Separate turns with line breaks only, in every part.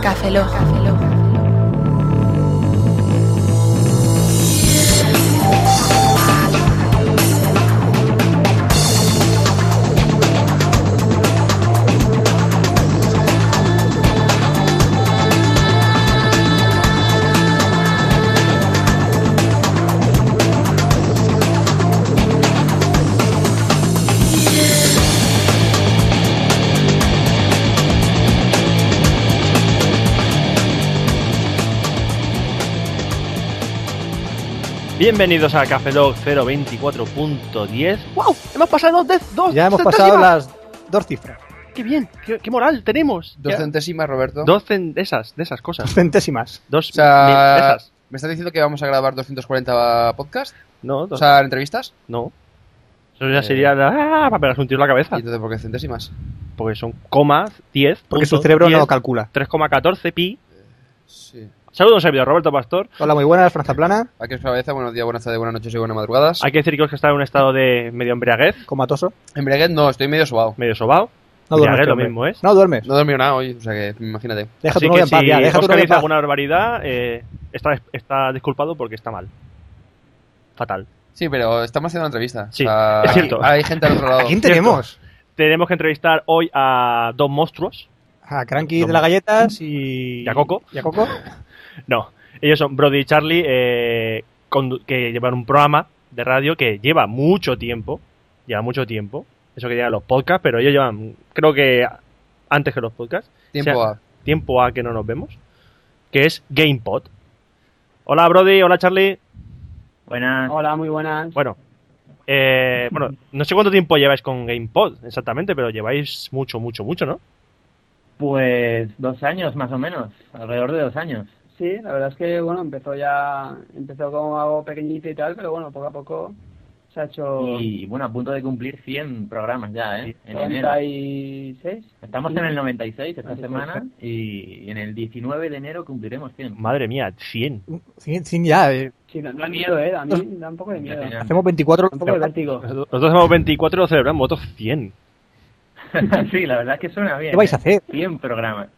Café Lock.
Bienvenidos a Café Log 024.10. ¡Wow! Hemos pasado de dos.
Ya hemos pasado las dos cifras.
¡Qué bien! ¡Qué, qué moral tenemos!
Dos
Ya-
centésimas, Roberto.
Dos cen- de esas, de esas cosas.
Centésimas.
Dos
O sea,
mil de esas.
¿Me estás diciendo que vamos a grabar 240 podcast?
No,
O
dos-
sea, entrevistas.
no. Eso ya
Eh,
sería la- ¡Ah! para pegarse un tiro en la cabeza.
¿Y entonces por qué centésimas?
Porque son comas 10.
Porque
punto
su cerebro
10,
no calcula.
3,14 pi.
Sí.
Saludos a un servidor, Roberto Pastor.
Hola, muy buenas, Franza Plana,
Aquí os cabeza, buenos días, buenas tardes, buenas noches y buenas madrugadas.
Hay que decir que os está en un estado de medio embriaguez,
comatoso.
En Breguet no, estoy medio sobado.
medio sobao.
No
Mira,
duermes.
es lo
hombre.
mismo, ¿es?
No duermes.
No he dormido nada hoy, o sea que imagínate.
Deja
Así
tu
que
novia en paz,
si
ya, deja tu
Oscar
novia en
dice
paz.
alguna barbaridad, eh, está, está disculpado porque está mal. Fatal.
Sí, pero estamos haciendo una entrevista.
Sí,
O sea,
es cierto.
Hay gente al otro
¿A
lado.
quién tenemos?
Tenemos que entrevistar hoy a dos monstruos.
A Cranky de las galletas y...
¿Y a Coco?
¿Y a Coco?
No, ellos son Brody y Charlie, eh, condu- que llevan un programa de radio que lleva mucho tiempo. Lleva mucho tiempo. Eso que llevan los podcasts, pero ellos llevan, creo que antes que los podcasts,
Tiempo
sea-
a.
tiempo a que no nos vemos. Que es GamePod. Hola Brody, hola Charlie.
Buenas.
Hola, muy buenas.
Bueno, eh, bueno, no sé cuánto tiempo lleváis con GamePod exactamente, pero lleváis mucho, mucho, mucho, ¿no?
Pues dos años más o menos, alrededor de dos años.
Sí, la verdad es que bueno, empezó ya, empezó como algo pequeñito y tal, pero bueno, poco a poco se ha hecho
Y bueno, a punto de cumplir 100 programas ya, ¿eh? En enero.
96.
Estamos en el 96 esta semana
¿eh?
y en el 19 de enero cumpliremos 100.
Madre mía, 100.
Sí, sí, ya. eh.
Sí, da, da miedo, eh, da, mí- da un poco de miedo. Da
Hacemos 24...
un poco de vértigo.
Nosotros hacemos 24 y lo celebramos, otros 100.
sí, la verdad es que suena bien.
¿Qué vais a
¿eh?
hacer?
100 programas.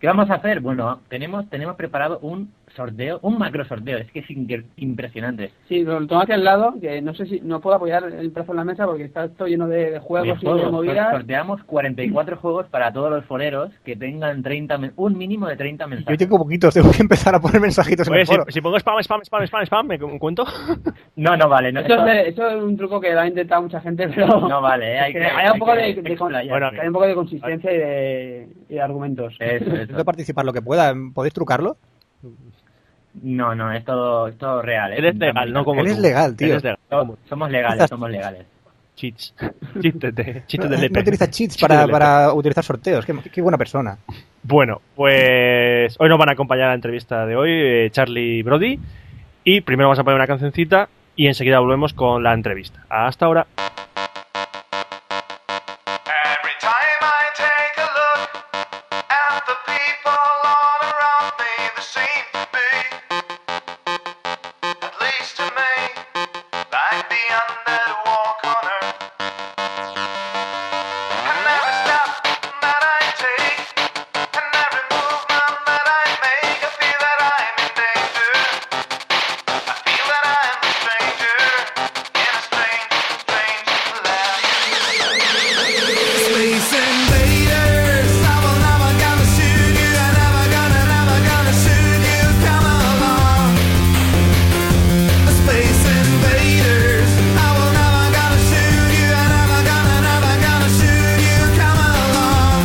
¿Qué vamos a hacer? Bueno, tenemos tenemos preparado un sorteo, un macro sorteo, es que es inque- impresionante.
Sí, lo tengo aquí al lado, que no sé si no puedo apoyar el brazo en la mesa porque está todo lleno de, de
De
juegos y de
juegos. Pues
movidas.
Sorteamos 44 juegos para todos los foreros que tengan 30 men- un mínimo de 30 mensajes.
Yo tengo poquitos, tengo que empezar a poner mensajitos en
Oye,
el
si,
foro.
si pongo spam, spam, spam, spam, spam, ¿me cu- cuento?
No, no vale. No,
Eso es, de- eso es un truco que lo ha intentado mucha gente, pero
pues, No vale, ¿eh? hay que,
que haya un poco de,
hay que
de con-
explayarse.
Bueno,
que haya un poco de consistencia y de, y de argumentos.
Eso, eso.
Intento participar lo que pueda. ¿Podéis trucarlo?
No, no, es todo, es todo real. ¿eh?
Él es legal, no como
Él
tú.
es legal, tío.
Él es legal.
So- Somos legales, somos legales.
Cheats. Chistes de, chistes
no,
de
Eh, no
lepe.
utiliza cheats
Chistes de
para,
lepe.
para utilizar sorteos. Qué, qué buena persona.
Bueno, pues hoy nos van a acompañar a la entrevista de hoy eh, Charlie y Brody. Y primero vamos a poner una cancioncita y enseguida volvemos con la entrevista. Hasta ahora.
Every time I take a look at the people all around me, there seem to be, at least to me, like the underdog on earth. And every step that I take, and every movement that I make, I feel that I'm in danger. I feel that I'm a stranger in a strange, strange land. Space invaders, I'm never gonna shoot you. I'm never gonna, never gonna shoot you. Come along, space invaders. I will never gonna shoot you. I'm never gonna, never gonna shoot you. Come along,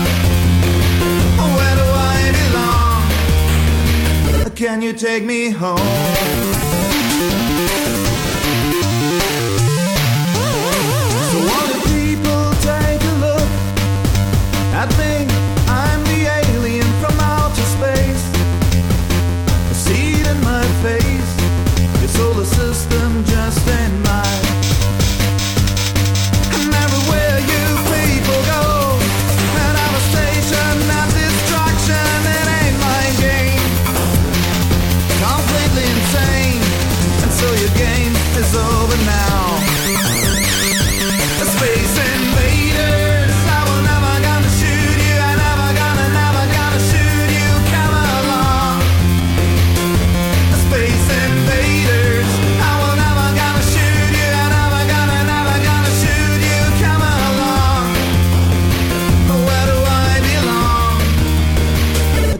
where do I belong? Can you take me home? So all the people take a look at me. I'm the alien from outer space. See it in my face. Your solar system just ain't mine. And everywhere you people go, and I'm a station of destruction. It ain't my game. Completely insane.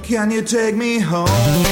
Can you take me home?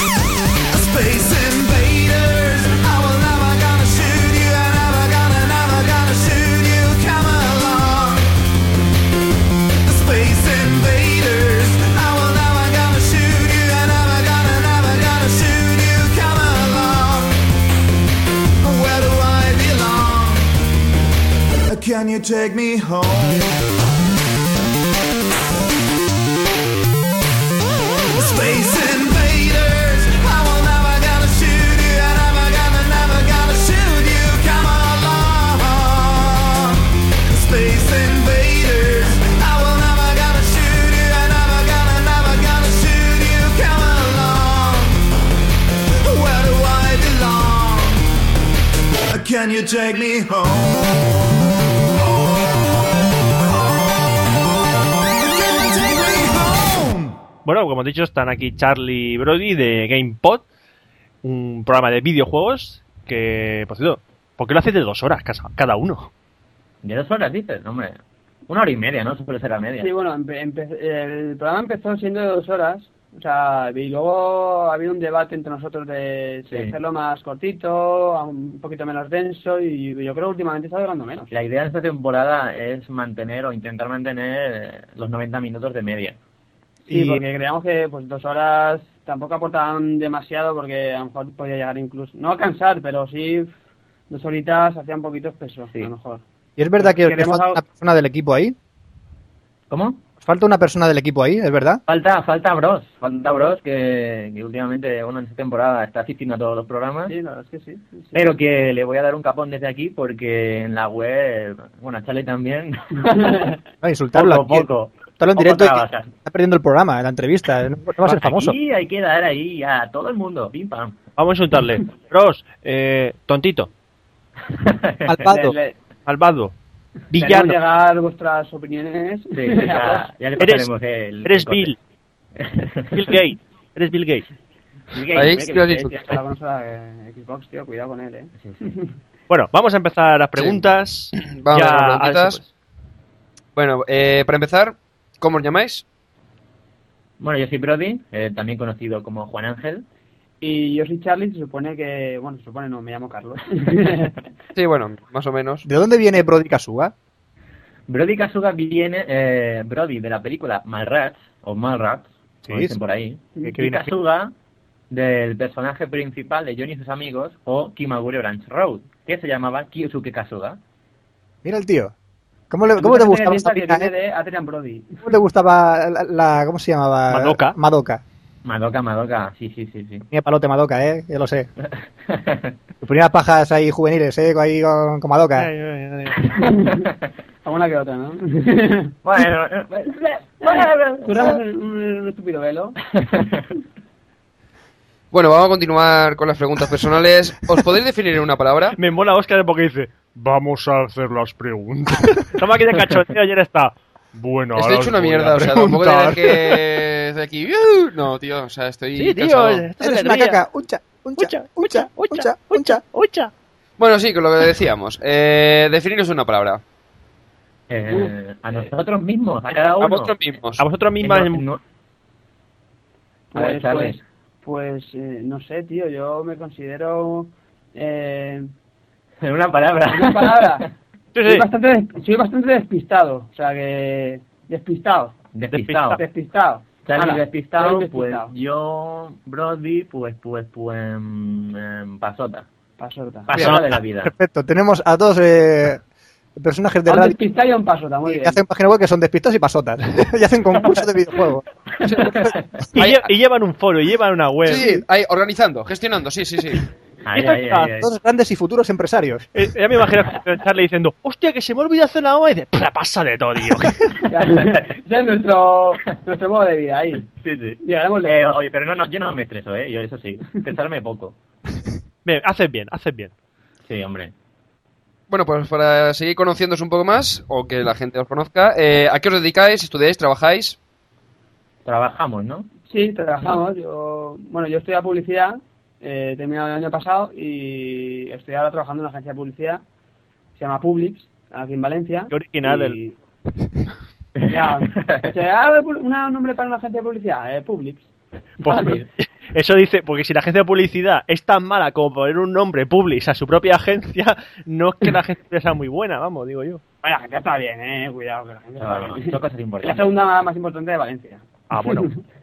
Space invaders, I will never gonna shoot you, I never gonna, never gonna shoot you, come along. Space invaders, I will never gonna shoot you, I never gonna, never gonna shoot you, come along. Where do I belong? Can you take me home? Space invaders, I will never gonna shoot you, I never gonna, never gonna shoot you. Come along, space invaders. I will never gonna shoot you, I never gonna, never gonna shoot you. Come along, where do I belong? Can you take me home? Can you take me home?
Bueno, como he dicho, están aquí Charlie y Brody de GamePod, un programa de videojuegos que, por cierto, ¿por qué lo haces de dos horas casa- cada uno?
De dos horas, dices, No, hombre. Una hora y media, ¿no? Suele ser la media.
Sí, bueno, empe- empe- el programa empezó siendo de dos horas. O sea, y luego ha habido un debate entre nosotros de si
Sí.
hacerlo más cortito, a un poquito menos denso, y yo creo que últimamente está durando menos.
La idea de esta temporada es mantener o intentar mantener eh, los 90 minutos de media.
Sí,
Y-
porque creíamos que pues dos horas tampoco aportaban demasiado porque a lo mejor podía llegar incluso, no a cansar, pero sí dos horitas hacía un poquito espeso,
Sí.
a lo mejor.
¿Y es
Pues
verdad que os
Queremos
falta
algo-
una persona del equipo ahí?
¿Cómo?
¿Os falta una persona del equipo ahí? ¿Es verdad?
Falta, falta Bros. Falta Bros que, que últimamente, bueno, en esta temporada está asistiendo a todos los programas.
Sí, la verdad es que sí. sí, sí.
Pero que le voy a dar un capón desde aquí porque en la web, bueno, a Charlie también.
No, insultarlo
poco,
aquí,
poco.
insultarlo en
Poco
directo y que
trabajas.
está perdiendo el programa, la entrevista. eh, No no va a ser famoso.
Aquí hay que dar ahí a todo el mundo, pim pam.
Vamos a insultarle. Ross, eh, tontito,
Al pato,
Le- le-
malvado,
queremos
villano,
llegar vuestras opiniones.
Sí, sí, ya, ya le
Eres-
pasaremos el.
eres
el corte.
Bill, Bill Gates, eres Bill Gates.
Bill Gates,
Ahí
¿eh?
sí
Que
lo has
dice,
dicho.
"Hostia,
Para la consola de Xbox, tío, cuidado con él, eh.
Sí, sí.
Bueno, vamos a empezar las preguntas.
Vamos
Ya,
a las
a ver
preguntas.
si puedes.
Bueno, eh, para empezar, ¿cómo os llamáis?
Bueno, yo soy Brody, eh, también conocido como Juan Ángel.
Y yo soy Charlie, se supone que, bueno, se supone no, me llamo Carlos.
Sí, bueno, más o menos.
¿de dónde viene Brody Kasuga?
Brody Kasuga viene, eh, Brody, de la película Malrats, o Malrats, como
Sí,
dicen
sí.
por ahí.
¿Qué- qué
Y
viene?
Kasuga, del personaje principal de Johnny y sus amigos, o Kimagure Branch Road, que se llamaba Kyosuke Kasuga.
Mira el tío. ¿Cómo, le, cómo te gustaba esa
Piensa que
pija,
viene
eh?
de Adrian Brody.
¿Cómo te gustaba la, la- ¿Cómo se llamaba?
Madoka.
Madoka.
Madoka, Madoka, sí, sí, sí, sí.
Tenía palote Madoka, ¿eh? Yo lo sé. Tus primeras pajas ahí juveniles, ¿eh? Ahí con, con
Eh.
Madoka.
Alguna que otra, ¿no?
bueno, eh,
Curras un un estúpido velo.
Bueno, vamos a continuar con las preguntas personales. ¿Os podéis definir en una palabra?
Me mola Oscar porque dice, vamos a hacer las preguntas. Toma aquella cachondeo y ahora está. Bueno,
Estoy
ahora os
hecho una
voy a
mierda, o sea, tampoco
preguntar".
dirás que estoy aquí. "Uh", No, tío, o sea, estoy
Sí, tío,
cansado.
esto es
Eres una
alegría.
caca. Uncha, uncha, uncha, uncha, uncha.
Ucha.
Bueno, sí, con lo que decíamos. Eh, definiros en una palabra.
eh, a nosotros mismos, a cada uno.
A vosotros mismos.
A vosotros
Eh,
mismas.
no- no- A ver,
Pues,
Charles.
pues, pues, eh, no sé, tío, yo me considero... Eh,
En una palabra.
en una palabra,
Sí,
soy,
sí.
bastante, des- soy bastante despistado, o sea que... Despistado,
Despistado.
despistado.
Charlie
Ala,
despistado,
soy
pues
despistado.
yo, Brody, pues, pues, pues, mm, em, pasota.
Pasota.
Pasota de la vida.
Perfecto. Tenemos a dos eh, personajes de
Un
radio
despistado y un pasota, muy
que
bien.
hacen página web que son despistas y pasotas. y hacen concursos de videojuegos.
Y, lle- y llevan un foro, y llevan una web. Pues-
Sí, sí, ahí, organizando, gestionando, sí, sí, sí.
Ay,
Esto
ay,
es para
ay, ay.
todos grandes y futuros empresarios.
Eh, ya me imagino a Charlie diciendo, hostia, que se me ha olvidado hacer la OMA. Y dice, "Pla, pasa de todo, tío.
Ese es nuestro, nuestro modo de vida ahí.
Sí, sí.
Llegaremos
Eh,
lejos.
oye, pero no, no, yo no me estreso, ¿eh? Yo eso sí. Estresarme poco.
Bien, haces bien, haces bien.
Sí, hombre.
Bueno, pues para seguir conociéndoos un poco más, o que la gente os conozca, eh, ¿a qué os dedicáis? ¿Estudiáis? ¿Trabajáis?
Trabajamos, ¿no?
Sí, trabajamos. Yo, bueno, yo estudié publicidad, eh, he terminado el año pasado y estoy ahora trabajando en una agencia de publicidad, se llama Publix, aquí en Valencia.
Qué original
Y- Ya, o sea, ah, pu- una- un nombre para una agencia de publicidad, eh, Publix.
Pues,
Vale.
eso dice, porque si la agencia de publicidad es tan mala como poner un nombre Publix a su propia agencia, no es que la agencia sea muy buena, vamos, digo yo.
Bueno, la agencia está bien, eh, cuidado, que la agencia está
No, no,
bien.
son cosas
Es la
importantes.
segunda más importante de Valencia.
Ah, bueno.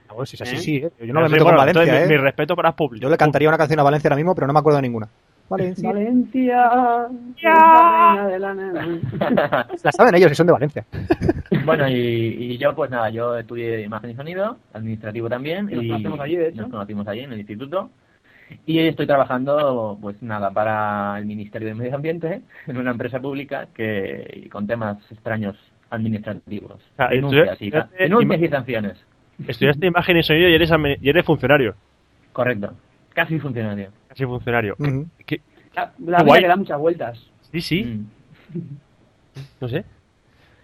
Ah, bueno, si es así,
¿Eh?
sí. ¿eh? Yo no me
Entonces,
meto con
bueno,
Valencia,
entonces, mi,
¿eh?
mi respeto para Publix.
Yo le cantaría una canción a Valencia ahora mismo, pero no me acuerdo de ninguna. Valencia.
Valencia, la reina de la nena.
La saben ellos y son de Valencia.
bueno, y, y yo, pues nada, yo estudié imagen y sonido, administrativo también.
Y nos
y
conocimos allí, de hecho.
Nos conocimos allí en el instituto. Y estoy trabajando, pues nada, para el Ministerio de Medio Ambiente, en una empresa pública que con temas extraños administrativos.
O sea,
Ah,
denuncias, y,
estudiaste-
denuncias y sanciones.
Estudiaste imagen y sonido y eres, admi- y eres funcionario.
Correcto. Casi funcionario.
Casi funcionario.
Ujú.
¿Qué-
La, la vida
Guay.
que da muchas vueltas.
Sí, sí,
Mm.
no sé.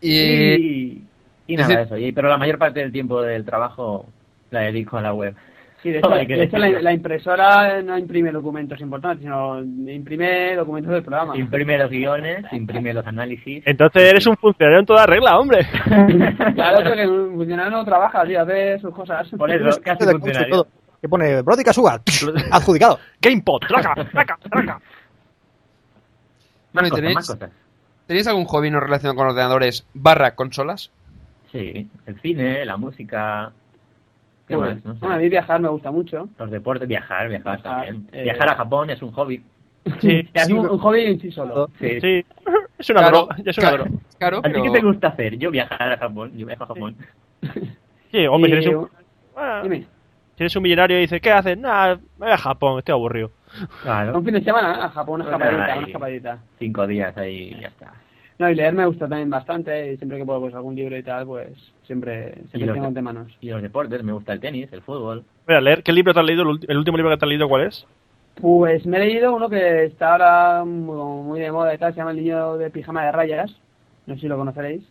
Y...
Y, y nada, eso. Y, pero la mayor parte del tiempo del trabajo la dedico a la web.
Sí, de hecho,
Hay que
de hecho, la,
decirlo.
la impresora no imprime documentos importantes, sino imprime documentos del programa.
Imprime los guiones, imprime los análisis.
Entonces eres un funcionario en toda regla, hombre.
Claro, eso que un funcionario no trabaja, tío, hace sus cosas.
Por eso, casi
Yo de coche y
funcionario.
todo. Que pone Brody Kasuga, adjudicado.
GamePod, traca, traca, traca.
Más
Bueno, ¿y
cosas,
tenéis?
más cosas.
¿Tenéis algún hobby no relacionado con ordenadores barra consolas?
Sí, el cine, la música. ¿Qué
Bueno,
más? pues, No sé.
bueno, a mí viajar me gusta mucho.
Los deportes, viajar, viajar
Viajar,
también.
eh,
Viajar a Japón es un hobby.
Sí,
Es un, un hobby en sí solo.
Sí.
sí. Es una droga, es una
caro,
droga.
caro,
¿A ti
pero
qué te gusta hacer? Yo viajar a Japón, yo viajo a Japón.
Sí, hombre, si eres
Y- eh,
un, bueno,
Dime,
si eres un millonario y dices, ¿qué haces? Nada, me voy a Japón, estoy aburrido.
Claro.
un fin de semana a Japón,
Pues
una
nada,
escapadita, una
ahí.
escapadita.
Cinco días ahí y ya está.
No, y leer me gusta también bastante, y siempre que puedo, pues algún libro y tal, pues siempre,
Y
siempre
los-
tengo entre manos.
Y los deportes, me gusta el tenis, el fútbol.
Voy a leer, ¿qué libro te has leído? ¿El ulti- el último libro que te has leído cuál es?
Pues me he leído uno que está ahora muy, muy de moda y tal, se llama El niño de pijama de rayas. No sé si lo conoceréis.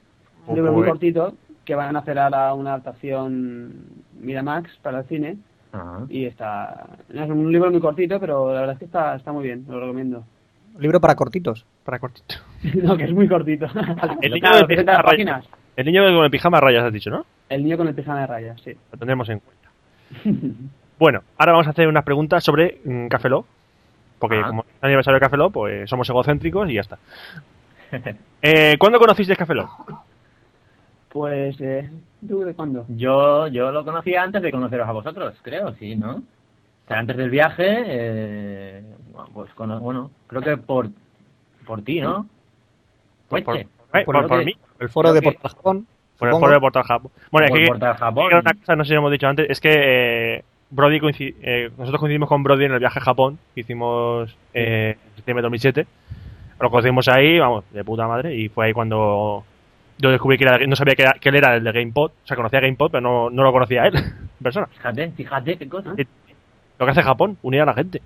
Un libro muy
Ojo, eh.
cortito que van a hacer ahora una adaptación Miramax para el cine.
Ah.
Y está. Es un libro muy cortito, pero la verdad es que está, está muy bien, lo recomiendo.
Libro para cortitos.
Para cortito.
no, que es muy cortito.
El niño de
Claro, 60
pijama de
páginas.
rayas. El niño con el pijama a rayas, has dicho, ¿no?
El niño con el pijama de rayas, sí.
Lo tendremos en cuenta. Bueno, ahora vamos a hacer unas preguntas sobre mm, Café Lock, Porque
Ah.
como es el aniversario de Café Lock, pues somos egocéntricos y ya está. Eh, ¿Cuándo conocisteis Café Lock?
Pues, eh, ¿tú de cuándo?
Yo, yo lo conocía antes de conoceros a vosotros, creo, sí, ¿no? O sea, antes del viaje, eh, bueno, pues cono- bueno, creo que por, por ti, ¿no? Fuiste.
por- Eh, por,
creo
por
que-
mí.
Pues El foro
Creo
de
que-
Portal Japón.
Por el
supongo.
foro de Portal Japón. Bueno, es
por
que,
Portal Japón.
era una cosa, no sé si lo hemos dicho antes, es que eh, Brody coinci- eh, nosotros coincidimos con Brody en el viaje a Japón que hicimos eh, en septiembre de 2007. Lo conocimos ahí, vamos, de puta madre, y fue ahí cuando yo descubrí que era, no sabía que, era- que él era el de GamePod. O sea, conocía a GamePod, pero no, no lo conocía a él en persona.
Fíjate, fíjate qué cosa.
Lo que hace Japón, unir a la gente.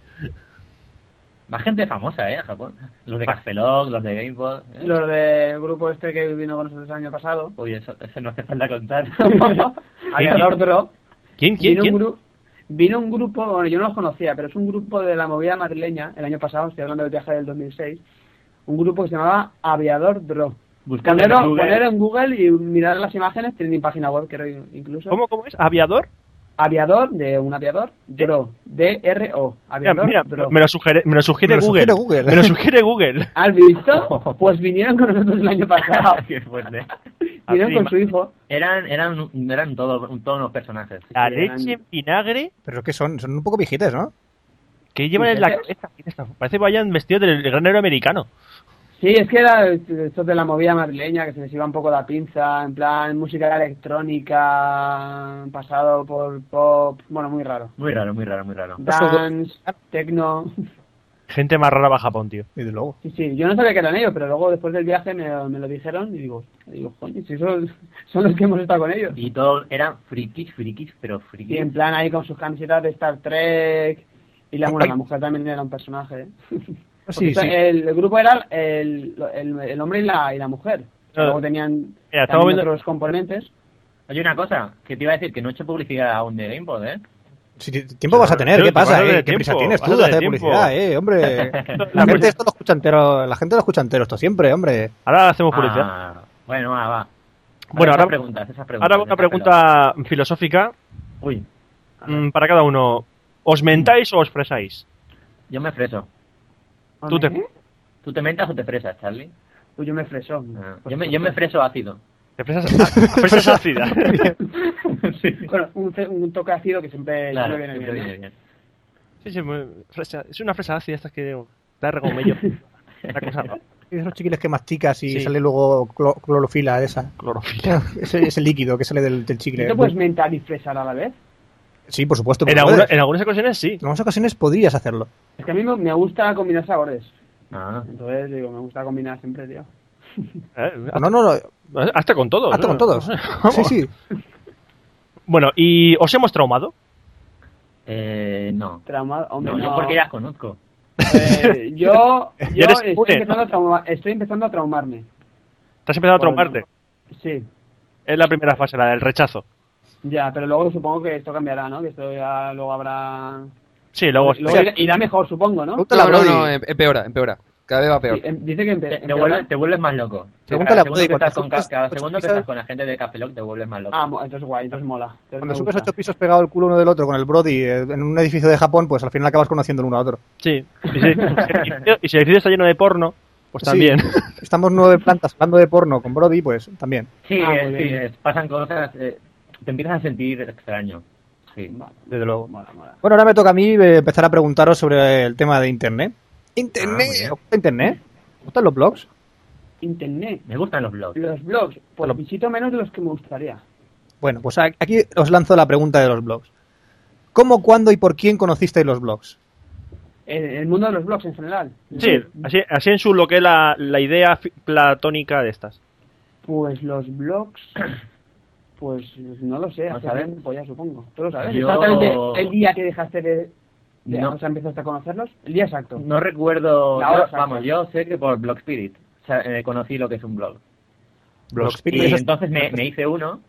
Más gente famosa, ¿eh? a Japón. Los de Cafelog, los de Gamepod. ¿eh?
Los del grupo este que vino con nosotros el año pasado.
Uy, eso, eso no hace falta contar.
Ahí al otro.
¿Quién, quién,
Vino un,
quién?
gru- vino un grupo, bueno, yo no los conocía, pero es un grupo de la movida madrileña, el año pasado, estoy hablando del viaje del 2006, un grupo que se llamaba Aviador Draw.
Buscando en
Ponerlo,
Google.
ponerlo en Google y mirar las imágenes, tienen página web, creo, incluso.
¿Cómo, cómo es? ¿Aviador?
Aviador, de un aviador, Draw, D-R-O,
Mira,
aviador
mira,
Draw.
me lo sugiere, me lo sugiere
Me lo
Google.
sugiere Google.
Me lo sugiere Google.
¿Has visto? Pues vinieron con nosotros el año pasado,
Qué fuerte.
vinieron
Así,
con
ma-
su hijo.
Eran, eran, eran todos, todos los personajes.
La
Sí,
leche en
eran-
vinagre
Pero es que son, son un poco viejites, ¿no?
que llevan en la cabeza. Parece que vayan vestidos del gran héroe americano.
Sí, es que era esto de la movida madrileña, que se les iba un poco la pinza, en plan música electrónica, pasado por pop, bueno, muy raro.
Muy raro, muy raro, muy raro.
Eso-
Dance, techno.
Gente más rara va a Japón, tío.
Y de luego.
Sí, sí, yo no sabía que eran ellos, pero luego después del viaje me, me lo dijeron y digo, y digo coño, si son, son los que hemos estado con ellos.
Y todos eran frikis, frikis, pero
Y
frikis.
en plan ahí con sus camisetas de Star Trek y la, bueno, la mujer también era un personaje. ¿eh?
Sí,
Porque
sí.
El, el grupo era el, el, el hombre y la, y la mujer.
Ah.
Luego tenían
Mira, estamos
también
viendo-
otros componentes.
Oye, una cosa, que te iba a decir que no he hecho publicidad aún de Game Boy, ¿eh?
Sí, ti- tiempo vas a tener,
Tío,
¿qué
te vas
pasa?
a dar
eh?
de
¿Qué prisa
tiempo,
tienes
vas a
tú de
dar de
hacer
tiempo.
publicidad, eh, hombre? La
La
gente esto lo escucha entero, la gente lo escucha entero estos siempre, hombre.
Ahora hacemos publicidad.
Ah, bueno, va, va.
Bueno,
esas
ahora-
preguntas, esas preguntas.
Ahora una
esas
pregunta filosófica
pelotas. Uy,
mm, para cada uno. ¿Os mentáis o os fresáis?
yo me freso.
Tú te-
¿Eh?
¿Tú te mentas o te fresas, Charlie?
Uy, yo me fresó.
Ah, yo, me, yo me freso ácido.
¿Te fresas, ah, fresas ácida?
sí.
Bueno, un, ce- un toque ácido que siempre,
Claro,
siempre viene
siempre
bien. ¿eh?
viene bien.
sí, sí, muy- fresa- es una fresa ácida estas que da regomello. Una cosa rara.
Es los chiquiles que masticas y
Sí.
sale luego clo- clorofila de esa.
Clorofila.
ese, ese líquido que sale del, del
¿Y
chicle.
te
pues,
puedes mental y fresar a la vez?
Sí, por supuesto.
En,
pero
alguna-
puedes.
en algunas ocasiones sí.
En algunas ocasiones podrías hacerlo.
Es que a mí me, me gusta combinar sabores.
Ah,
Entonces, digo, me gusta combinar siempre, tío.
Eh,
No, no, no.
hasta- Hasta con todos.
Hazlo con
¿no?
todos.
Vamos.
Sí, sí.
Bueno, ¿y os hemos traumado?
eh, no.
Traumado, hombre,
No, yo
no.
porque ya las conozco.
Eh, yo yo
eres
estoy,
inmune.
empezando a trauma- estoy empezando a traumarme.
¿Te has empezado a
Bueno,
traumarte?
Sí,
Es la primera fase, la del rechazo.
ya, pero luego supongo que esto cambiará, ¿no? Que esto ya luego habrá...
Sí, luego...
Pues,
luego irá- irá mejor, supongo, ¿no?
Pregúntale
No,
a
no,
Brody.
no, em- empeora, empeora. Cada vez va peor.
Sí, em- dice que empe-
Te, te
empeora.
vuelves, te vuelves más loco.
Pregúntale a
cada segundo,
Brody,
que estás
cuando
con, ca-
subes
cada
ocho
segundo que
pisos-
estás con la gente de Café Lock te vuelves más loco.
Ah, mo- entonces guay, entonces mola. Entonces
Cuando
me
subes
gusta.
ocho pisos pegado el culo uno del otro con el Brody eh, en un edificio de Japón, pues al final acabas conociendo el uno al otro.
Sí. Y si, y si el edificio está lleno de porno, pues
Sí.
también.
Estamos nueve plantas hablando de porno con Brody, pues también.
Sí,
Ah,
eh,
muy
sí,
bien.
eh, pasan cosas, eh, te empiezas a sentir extraño. Sí.
Vale,
Desde luego.
mola, mola.
Bueno, ahora me toca a mí eh, empezar a preguntaros sobre el tema de Internet.
Ah, muy bien.
¿Os gusta Internet? ¿Os gustan los blogs?
Internet.
Me gustan los blogs.
Los blogs, pues
Lo-
visito menos de los que me gustaría.
Bueno, pues a- aquí os lanzo la pregunta de los blogs. ¿Cómo, cuándo y por quién conocisteis los blogs?
El, el mundo de los blogs en general.
Sí, así, así en su lo que es la, la idea fi- platónica de estas.
Pues los blogs, pues no lo sé,
No
hace
sabes.
tiempo ya supongo. Tú lo sabes.
Yo-
Exactamente el día que dejaste de... de-
No.
O sea, empezaste a conocerlos. El día exacto.
No recuerdo.
La hora
yo-
exacta.
vamos, yo sé que por Blog Spirit eh, conocí lo que es un blog.
Blogspiri-
Y
eso es-
entonces me, me hice uno,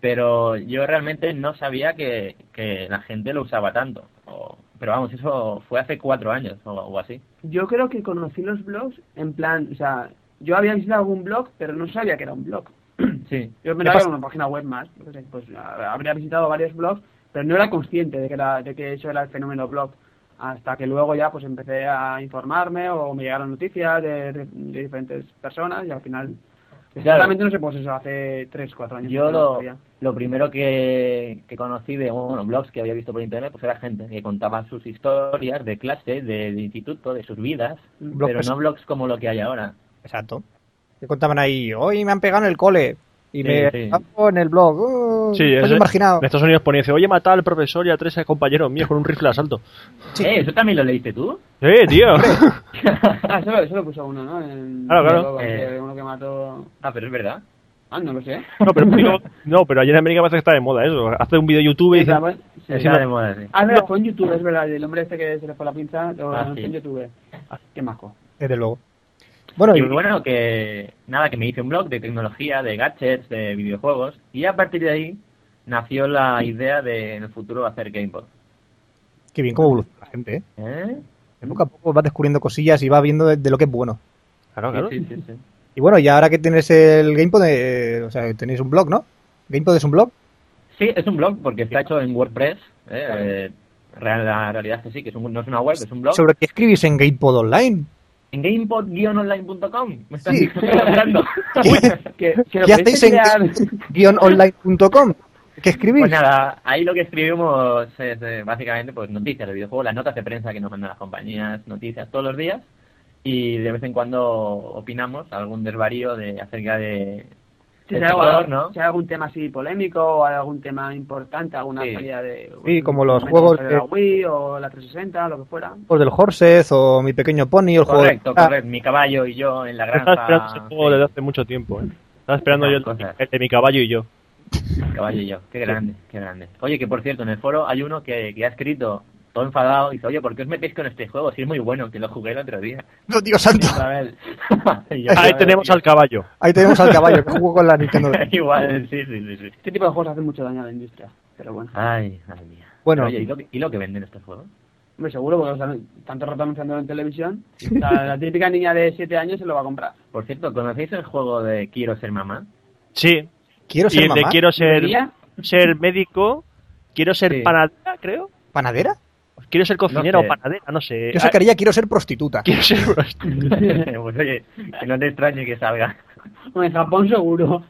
pero yo realmente no sabía que, que la gente lo usaba tanto. O- pero vamos, eso fue hace cuatro años o, o así.
Yo creo que conocí los blogs en plan, o sea, yo había visitado algún blog, pero no sabía que era un blog.
Sí.
Yo
¿Qué
me que
pasa?
era una página web más, yo qué sé, pues a- habría visitado varios blogs, pero no era consciente de que, era, de que eso era el fenómeno blog. Hasta que luego ya pues empecé a informarme o me llegaron noticias de, de- de diferentes personas y al final... Exactamente no sé, pues eso, hace 3, 4 años.
Yo
no
lo,
sabía.
lo primero que, que conocí de bueno, blogs que había visto por internet pues era gente que contaba sus historias de clase, de, de instituto, de sus vidas,
Blog
pero
pers-
no blogs como lo que hay ahora.
Exacto. Que contaban ahí, hoy me han pegado en el cole y
Sí,
me
sí.
han en el blog. Oh,
Sí,
soy
eso-
un marginado.
En Estados Unidos ponía, dice, oye, matado al profesor y a tres compañeros míos con un rifle de asalto.
Eh, ¿Eso también lo leíste tú?
Sí, tío.
Ah, eso, lo- eso lo puso uno, ¿no? En-
Claro, claro.
en el blog,
Eh.
Uno que mató...
Ah, pero es verdad.
Ah, no lo sé.
No, pero, digo- no, pero allí en América parece que está de moda eso. Hace un vídeo YouTube y dice,
Está, pues, sí.
Está de moda, sí.
Ah, es verdad, fue en YouTube, es verdad. El hombre este que se le fue la pinza, lo
Ah,
anunció
sí.
en YouTube. Qué majo.
Desde luego. Bueno,
Y
y-
bueno, que nada, que me hice un blog de tecnología, de gadgets, de videojuegos, y a partir de ahí nació la idea de en el futuro hacer Gamebot.
qué bien cómo evoluciona la gente, ¿eh?
¿Eh?
Poco a poco va descubriendo cosillas y va viendo de, de lo que es bueno.
"Ah, claro, claro.
Sí, sí, sí, sí.
Y bueno, y ahora que tienes el GamePod, eh, o sea, que tenéis un blog, ¿no? ¿GamePod es un blog?
Sí, es un blog porque está hecho en WordPress. ¿eh? Eh, real- la realidad es que sí, que es un- no es una web, es un blog.
¿Sobre qué escribís en GamePod Online?
En gamepod-online.com. Me están
Sí.
preguntando.
Que, que lo
¿Qué
podéis
hacéis en
crear-
guiononline.com? ¿Qué escribís?
Pues nada, ahí lo que escribimos es eh, básicamente pues noticias de videojuegos, las notas de prensa que nos mandan las compañías, noticias todos los días y de vez en cuando opinamos algún desvarío de acerca de
Si
El
hay, algo-
sector, ¿no?
si hay algún tema así polémico o hay algún tema importante, alguna
Sí.
salida de.
Sí, como los
momento
juegos
de
de-
la Wii o la 360, lo que fuera.
Los del Horses o Mi Pequeño Pony o el juego de-
Correcto,
Ah,
correcto. Mi caballo y yo en la
Estaba esperando
granja.
ese juego desde hace mucho tiempo, ¿eh? Estaba esperando
Esas
yo el,
cosas.
el de mi caballo y yo.
Mi caballo y yo. Qué grande, qué grande. Oye, que por cierto, en el foro hay uno que, que ha escrito todo enfadado y dice, oye, ¿por qué os metéis con este juego? Si es muy bueno, que lo jugué el otro día.
¡No, Dios santo!
Y otra vez. Y yo,
Ahí
"Joder,
tenemos
tío".
al caballo.
Ahí tenemos al caballo que jugó con la Nintendo.
Igual, sí, sí, sí, sí.
Este tipo de juegos hacen mucho daño a la industria. Pero bueno,
Ay, madre mía.
Bueno.
Oye, ¿y lo, que, y lo que venden estos juegos?
hombre, seguro, porque los han- tanto rato anunciándolo en televisión. La, la típica niña de 7 años se lo va a comprar.
Por cierto, ¿conocéis el juego de Quiero ser mamá?
Sí.
Quiero
Y
ser
el de
mamá.
quiero ser,
¿Debería?
ser médico, quiero ser
Sí.
panadera, creo.
¿Panadera?
Quiero ser cocinera
No sé.
o panadera, no sé. Ah,
Yo sacaría quiero ser prostituta.
Quiero ser...
pues oye, que no te extrañe que salga.
Bueno, en Japón seguro.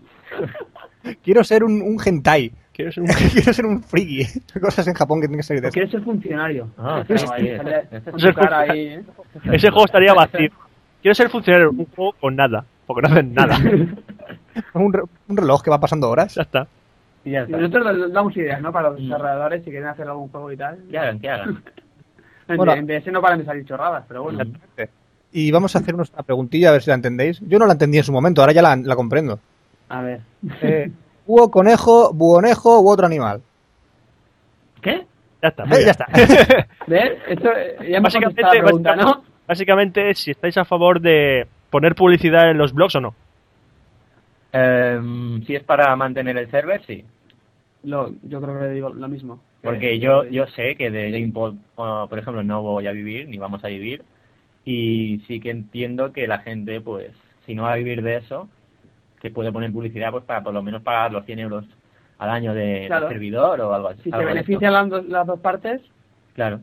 Quiero ser un, un hentai.
quiero ser un...
quiero ser un friki. Cosas en Japón que tienen que salir de
O quieres ser funcionario.
Ah,
Claro,
sí,
ahí,
sí.
sale con
Ser
tu cara ahí, ¿eh?
Ese juego estaría vacío. Quiero ser funcionario, un juego con nada, porque no hacen nada.
Un, re- un reloj que va pasando horas.
Ya está.
Y ya
Y
está.
nosotros les damos ideas, ¿no? Para los
Mm.
desarrolladores, si quieren hacer algún juego y tal.
Que hagan, que hagan.
En,
Bueno.
en DS no paran de salir chorradas, pero bueno.
Y vamos a hacernos una preguntilla a ver si la entendéis. Yo no la entendí en su momento, ahora ya la, la comprendo.
A ver.
Eh, búho, conejo, buonejo u otro animal.
¿Qué?
Ya está. muy
Eh,
bien.
ya está.
¿Ves? Esto, eh, ya hemos
Básicamente,
contestado la pregunta, ¿no?
básicamente- básicamente es si estáis a favor de poner publicidad en los blogs o no.
Em, si es para mantener el server, sí.
Lo- yo creo que digo lo mismo. Eh,
Porque yo, yo sé que de GamePod, uh, por ejemplo, no voy a vivir, ni vamos a vivir. Y sí que entiendo que la gente, pues, si no va a vivir de eso, que puede poner publicidad, pues, para por lo menos pagar los 100 euros al año de, de
Claro.
servidor o algo así.
Si se
algo de
benefician
esto.
las, dos- las dos partes,
Claro.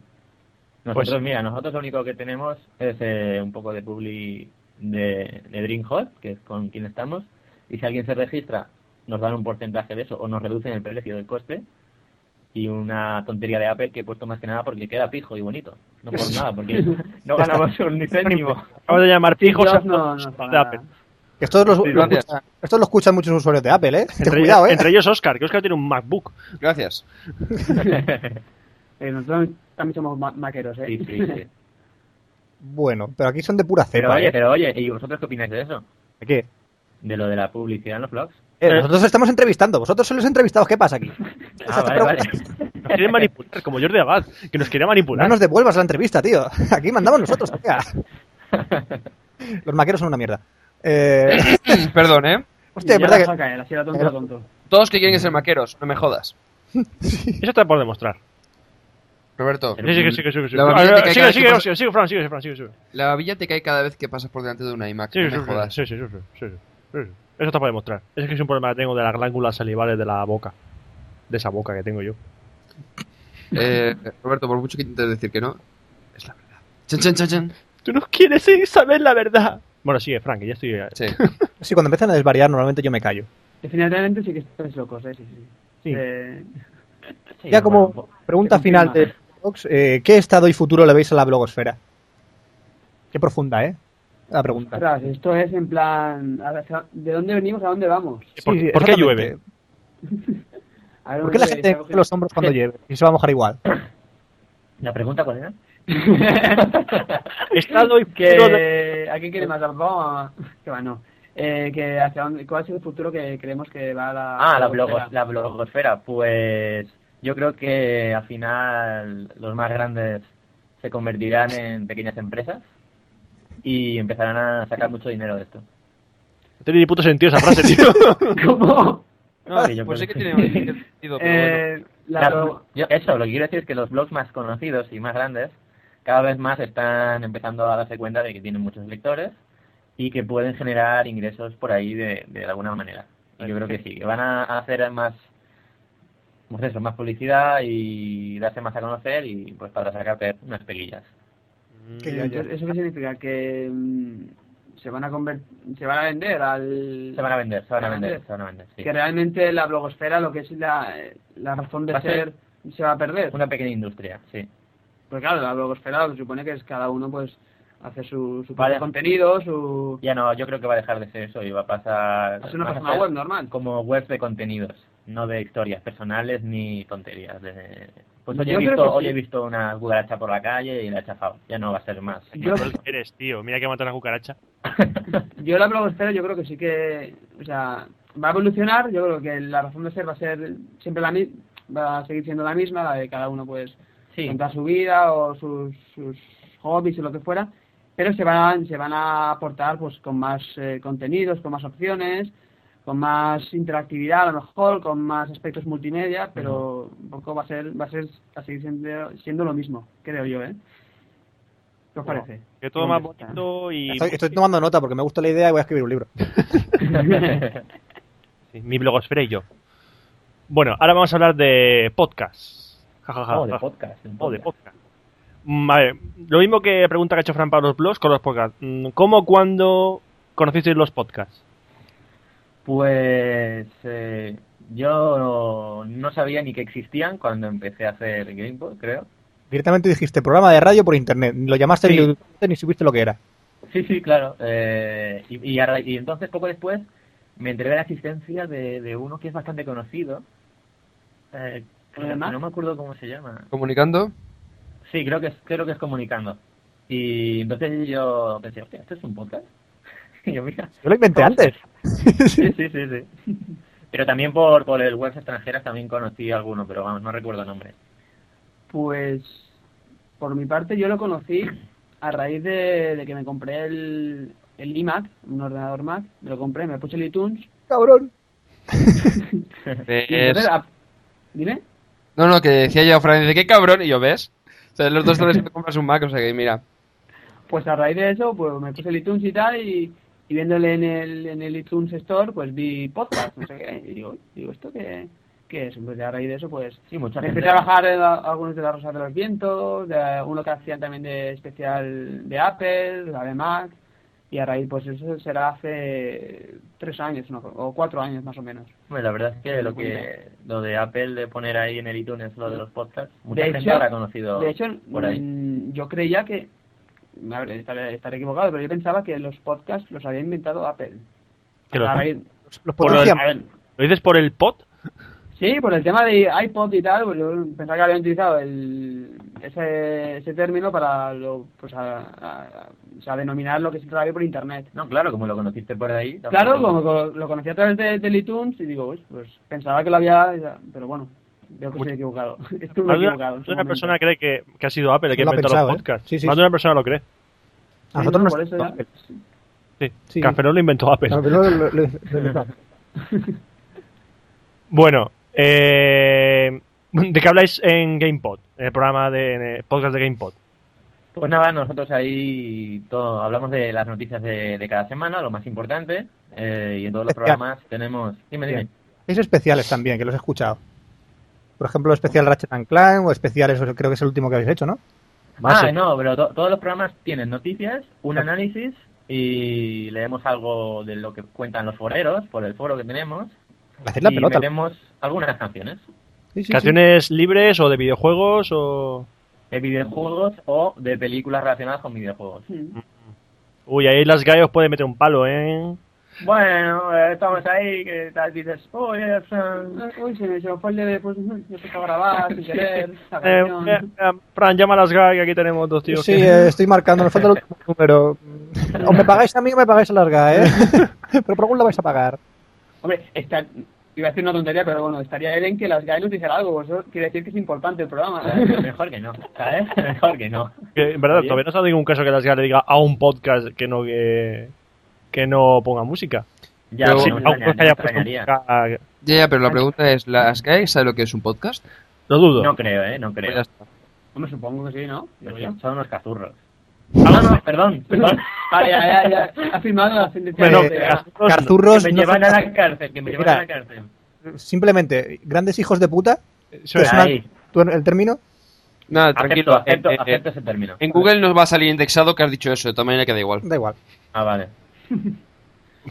Nosotros,
Pues-
mira, nosotros lo único que tenemos es eh, un poco de publi de, de DreamHot, que es con quien estamos. Y si alguien se registra, nos dan un porcentaje de eso o nos reducen el precio del coste. Y una tontería de Apple que he puesto más que nada porque queda fijo y bonito. No por nada, porque no ganamos un ni céntimo.
Acabo de llamar
sí,
fijos
Dios
a
no, no paga nada.
Apple.
Que Esto lo, lo
gracias.
escuchan, esto lo escuchan muchos usuarios de Apple, ¿eh? Ten
Entre,
cuidado,
ellos,
¿eh?
entre ellos Oscar, que Oscar tiene un MacBook.
Gracias.
Eh, nosotros también somos ma- maqueros, ¿eh?
Sí, sí, sí.
Bueno, pero aquí son de pura
Pero
cepa,
oye,
¿eh?
pero oye, ¿y vosotros qué opináis de eso?
¿De ¿Qué?
De lo de la publicidad en los blogs.
Eh, nosotros estamos entrevistando, vosotros sois los entrevistados, ¿qué pasa aquí?
Ah,
Esa
vale, vale.
pregunta-
Nos quieren manipular, como Jordi Abad, que nos quería
No
manipular.
nos devuelvas la entrevista, tío. Aquí mandamos nosotros, tía. Los maqueros son una mierda. Eh,
Perdón, ¿eh?
hostia, es
Ya
verdad
la
que
saca él, así era tonto,
Era-
tonto.
Todos que quieren ser maqueros, no me jodas.
Eso está por demostrar.
Roberto,
Sí, sí, que sí, que sí, que sí.
La
Ah,
verdad
ah,
que
Sigue,
cada
sigue,
vez que
sigue, sigue, Fran, sigue, Fran, sigue, sigue.
la villa te cae cada vez que pasas por delante de una iMac,
Sí,
no
sí,
me
sí,
jodas.
sí, sí, sí, sí, sí, sí, sí. Eso está para demostrar. Es que es un problema que tengo de las glándulas salivales de la boca. De esa boca que tengo yo.
Eh, Roberto, por mucho que intentes decir que no, es la verdad. Chan, chan, chan, chan.
Tú no quieres saber la verdad. Bueno, sigue, Frank, que ya estoy. eh,
Sí.
sí, cuando empiezan a desvariar, normalmente yo me callo.
Definitivamente sí que estáis locos, ¿eh? Sí, sí.
Sí.
Eh,
Sí,
ya como
bueno,
pregunta
se
final de
confirma.
Vox, eh, ¿qué estado y futuro le veis a la blogosfera? Qué profunda, ¿eh? La pregunta.
ostras, esto es en plan... a ver, ¿De dónde venimos a dónde vamos?
¿Por,
Sí, sí,
por qué
exactamente.
llueve?
A ver,
¿Por qué la
hombre,
gente
esa-
coge los hombros cuando llueve? Y se va a mojar igual.
¿La pregunta cuál era?
Estado y futuro de-
que a quién quiere más al papá o a- que va no eh, que hacia dónde cuál es el futuro que creemos que va la
Ah, la, blogo-
blogosfera?
la blogosfera. Pues yo creo que al final los más grandes se convertirán en pequeñas empresas y empezarán a sacar mucho dinero de esto.
No tiene ni puto sentido esa frase, tío.
cómo
No, que yo
Pues sí que
creo que-
tiene un sentido, pero bueno.
eh, la
La-
blo-
yo- eso, lo que quiero decir es que los blogs más conocidos y más grandes cada vez más están empezando a darse cuenta de que tienen muchos lectores y que pueden generar ingresos por ahí de, de alguna manera. Y yo creo que sí, que van a a hacer más pues eso, más publicidad y darse más a conocer y pues para sacarte unas peguillas. Mm,
Mm.
Que ya, ya.
entonces, eso qué significa que mm, se van a convert- se van a vender al
Se van a vender, se van a vender, se van a vender. sí.
que realmente la blogosfera lo que es la, eh, la razón de
Va a
ser, se va a perder
Una pequeña industria, sí.
Porque claro, la blogosfera lo que supone que es cada uno pues hacer su, su
Vale.
propio contenido, su...
Ya no, yo creo que va a dejar de ser eso y va a pasar.
Es una
va a
página
ser
web normal.
Como web de contenidos, no de historias personales ni tonterías. De... Pues hoy he,
Yo creo que
visto, hoy
sí.
he visto una cucaracha por la calle y la he chafado. Ya no va a ser más.
Yo-
Cruel que eres, tío. Mira que mata una cucaracha.
Yo la blogosfera yo creo que sí que, o sea, va a evolucionar, yo creo que la razón de ser va a ser siempre la misma, va a seguir siendo la misma, la de cada uno pues
Sí,
contar su vida o sus, sus hobbies o lo que fuera, pero se van, se van a aportar pues con más eh, contenidos, con más opciones, con más interactividad a lo mejor, con más aspectos multimedia, pero un poco va a ser, va a ser a seguir siendo, siendo lo mismo, creo yo, ¿eh? ¿Qué os parece?
Que todo más bonito y... pues
Estoy, estoy tomando nota porque me gusta la idea y voy a escribir un libro.
Sí, mi blogosfera y yo. Bueno, ahora vamos a hablar de podcast. Ja, ja,
Ah,
ja,
Oh, de
ja.
podcast. de
Oh, de
podcast.
podcast. Mm, A ver, lo mismo que la pregunta que ha hecho Fran para los blogs con los podcasts. Mm, ¿Cómo, cuándo conocisteis los podcasts?
Pues eh, yo no sabía ni que existían cuando empecé a hacer Gamepod, creo.
Directamente dijiste programa de radio por internet. Lo llamaste
Sí.
ni lo ni supiste lo que era.
Sí, sí, claro. Eh, y, y a ra- y entonces, poco después, me enteré de la existencia de, de uno que es bastante conocido. Eh, que
¿Uno de más?
no me acuerdo cómo se llama.
Comunicando.
Sí, creo que es, creo que es comunicando. Y entonces yo pensé, hostia, ¿esto es un podcast? Y yo, mira,
Yo lo inventé antes.
sí, sí, sí, sí. Pero también por, por el webs extranjeras también conocí alguno, pero vamos, no recuerdo el nombre.
Pues por mi parte yo lo conocí a raíz de, de que me compré el, el iMac, un ordenador Mac, me lo compré, me puse el iTunes.
Cabrón.
y entonces
Es-
a- Dime.
No, no, que decía yo a Fran, dice, qué cabrón, y yo, ¿ves? O sea, los dos te compras un Mac, o sea que mira.
Pues a raíz de eso, pues me puse el iTunes y tal, y, y viéndole en el, en el iTunes Store, pues vi podcast, no sé qué, y digo, digo ¿esto qué, qué es? Pues a raíz de eso, pues
Sí, mucha gente.
empecé a bajar el- algunos de las Rosas de los Vientos, de, uno que hacían también de especial de Apple, la de Mac, y a raíz, pues eso será hace tres años, no, o cuatro años más o menos.
Hombre, la verdad es que lo que lo de Apple de poner ahí en el iTunes lo de los podcasts, mucha
De
gente
hecho-
habrá conocido
De hecho,
por ahí.
mm, yo creía que, a ver, estaré, estaré equivocado, pero yo pensaba que los podcasts los había inventado Apple.
Que los-
A raíz-
Los
Por lo del-
potenciamos.
A ver,
¿Lo dices por el pod?
Sí, por el tema de iPod y tal, pues yo pensaba que habían utilizado el, ese, ese término para lo, pues a, a- o sea, denominar lo que se trae por internet.
no, claro, como lo conociste por ahí. tampoco-
pues,
Claro, como co- lo conocí a través de, del iTunes y digo, uy, pues pensaba que lo había, pero bueno, veo que estoy equivocado. Estuve
Más de
equivocado.
una, más
en su
de una
momento.
persona cree que, que ha sido Apple el que
Lo ha
inventó
pensado,
los
¿eh?
podcasts.
Sí, sí,
más
sí.
de una persona lo cree.
A nosotros
Sí,
nos-
por eso ya-
Sí.
Sí.
Cafferón lo inventó Apple.
No, pero lo- lo- lo- lo-
Bueno, eh, ¿de qué habláis en GamePod? En el programa de en el podcast de GamePod.
Pues nada, nosotros ahí todo, hablamos de las noticias de, de cada semana, lo más importante, eh, y en todos los
Ya.
programas tenemos... Dime, dime.
Bien. Es especiales también, que los he escuchado. Por ejemplo, especial Ratchet and Clank o especial, eso creo que es el último que habéis hecho, ¿no? eh,
Más
ah,
o-
no, pero to- todos los programas tienen noticias,
Ah.
un análisis y leemos algo de lo que cuentan los foreros por el foro que tenemos
Hacéis la
y
pelota.
metemos algunas canciones
Sí, sí, sí.
¿Canciones libres o de videojuegos o...?
de videojuegos o de películas relacionadas con videojuegos.
Mm.
Uy, ahí las gallos pueden meter un palo, ¿eh?
Bueno, eh, estamos ahí, que tal, dices, oye, Fran,
Uy, se me, se me fue el de, pues, yo toca grabar sin querer, esta
Eh,
canción.
eh, eh, Fran, llama a las gallos, aquí tenemos dos tíos
Sí,
que...
eh, estoy marcando, nos falta el último número. O me pagáis a mí o me pagáis a larga, ¿eh? Pero por algún lo vais a pagar.
Hombre, está, iba a decir una tontería, pero bueno, estaría él en que las Gailus dijera algo, pues eso quiere decir que es importante el programa.
mejor que no, ¿sabes? Mejor que no.
que, en verdad,
Oye.
todavía no se ha dado ningún caso que las gallos le diga a un podcast que no que, que no ponga música.
Ya,
Pero
bueno,
Sí,
me
a un
extraña-
podcast que pues
me
haya puesto
extrañaría.
música,
Ya, ya, pero la pregunta es, ¿la Sky sabe lo que es un podcast?
Lo dudo.
No creo, ¿eh? No
Pues
creo.
ya está.
Hombre, supongo que sí, ¿no? Digo yo.
Son unos cazurros. Ah, no, no, perdón, perdón.
Vale, ya, ya, ya. Ha firmado la sentencia.
Bueno,
de- Ah,
Eh,
ya.
Cazurros-
Cazurros,
que me
no
llevan
son-
a la cárcel, que me llevan
Mira.
a la cárcel.
simplemente, grandes hijos de puta,
Eso es.
Personal.
Ahí.
¿tú el término?
Nada,
Acepto,
tranquilo.
acepto,
eh, eh,
acepto ese término.
En Google nos va a salir indexado que has dicho eso, de todas maneras que da igual.
Da igual.
Ah, vale.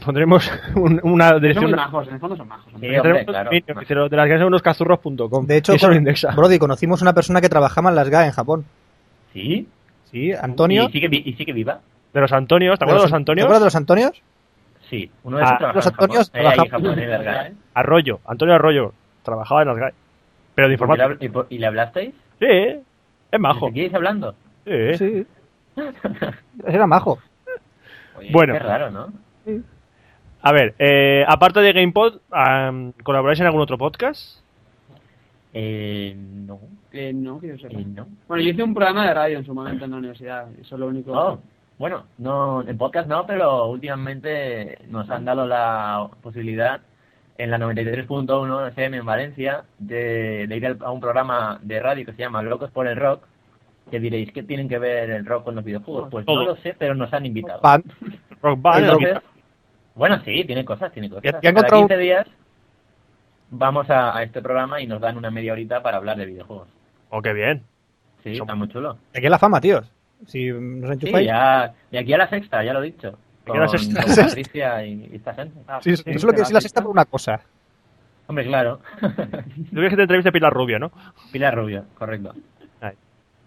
Pondremos un- una
Son
dirección...
muy majos, en el fondo son majos. hombre.
Sí, hombre,
Tenemos un
claro.
dominio que se lo- de las gallos son unos cazurros.com.
De hecho,
Y eso lo
con-
indexa.
Brody, conocimos una persona que trabajaba en las GA en Japón.
¿Sí?
Sí, Antonio.
¿Y sigue, vi- y sigue viva?
De los Antonios, ¿te acuerdas de los
¿Te
Antonios?
acuerdas de los Antonios?
Sí. Uno de esos
Ah,
trabajaba
los
en Japón.
Antonios
Eh, ahí,
trabajaban-
Japón, eh, verga, ¿eh?
Arroyo, Antonio Arroyo. Trabajaba en las GAE. Pero de
¿Y por qué
informática.
la- ¿Y, por- y le hablasteis?
Sí, es majo.
¿Seguís hablando? ¿Eh?
Sí.
Sí. Era majo.
Oye,
Bueno.
Qué raro, ¿no?
A ver, eh, aparte de GamePod, am, ¿colaboráis en algún otro podcast?
Eh, no.
Eh, no, que yo sepa.
eh, no.
Bueno, yo hice un programa de radio en su momento en la universidad. Eso es lo único.
Oh, bueno, no, en podcast no, pero últimamente nos han dado la posibilidad en la 93.1 FM en Valencia de, de ir al- a un programa de radio que se llama Locos por el Rock. Que diréis, ¿qué tienen que ver el rock con los videojuegos? Pues no
Todo.
lo sé, pero nos han invitado.
Pan.
Rock Band.
Entonces,
la-
bueno, sí, tiene cosas, tiene cosas.
Ya- ya he
Cada
encontrado-
15 días vamos a, a este programa y nos dan una media horita para hablar de videojuegos.
Oh, qué bien.
Sí,
Eso-
está muy chulo.
Aquí es la fama, tíos. Si nos
Sí,
enchufáis.
ya, de aquí a la sexta, ya lo he dicho.
De aquí a la
Con-
sexta.
con Patricia y, y esta gente.
Ah, Sí, sí, solo que si la sexta por una cosa.
Hombre, claro.
Yo creo que te entrevista Pilar Rubio, ¿no?
Pilar Rubio, correcto.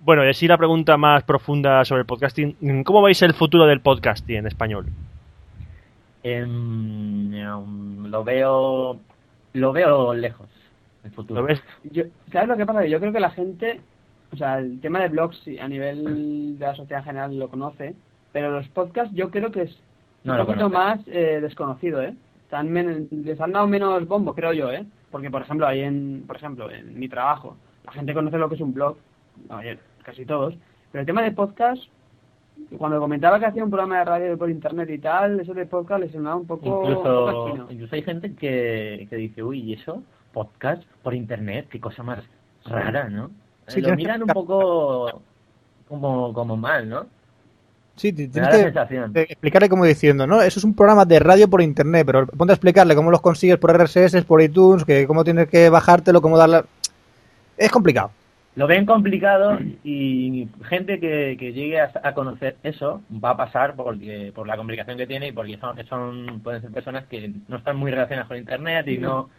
Bueno, y así la pregunta más profunda sobre el podcasting. mm, ¿Cómo veis el futuro del podcasting en español?
Em, em, lo veo lo veo lejos el futuro.
¿Lo ves?
Yo- ¿Sabes lo que pasa? Que Yo creo que la gente, o sea, el tema de blogs sí, a nivel de la sociedad en general lo conoce, pero los podcasts yo creo que es
No
un
lo
poquito
conoce.
más eh, desconocido, ¿eh? Están men- les han dado menos bombo, creo yo, ¿eh? Porque, por ejemplo, ahí en, por ejemplo, en mi trabajo, la gente conoce lo que es un blog, la mayoría, casi todos, pero el tema de podcast, cuando comentaba que hacía un programa de radio por internet y tal, eso de podcast les sonaba un poco... un poco
Incluso,
chino.
incluso hay gente que, que dice, uy, ¿y eso? Podcast por internet, qué cosa más rara, ¿no? Eh,
Sí,
lo
tienes
miran
que-
un poco como, como mal, ¿no?
Sí, ti-
Me da
tienes
la
que
sensación.
de- explicarle como diciendo, ¿no? Eso es un programa de radio por internet, pero ponte a explicarle cómo los consigues por RSS, por iTunes, que cómo tienes que bajártelo, cómo darle... Es complicado.
Lo ven complicado y gente que, que llegue a, a conocer eso va a pasar porque, por la complicación que tiene y porque son, son, pueden ser personas que no están muy relacionadas con internet y no,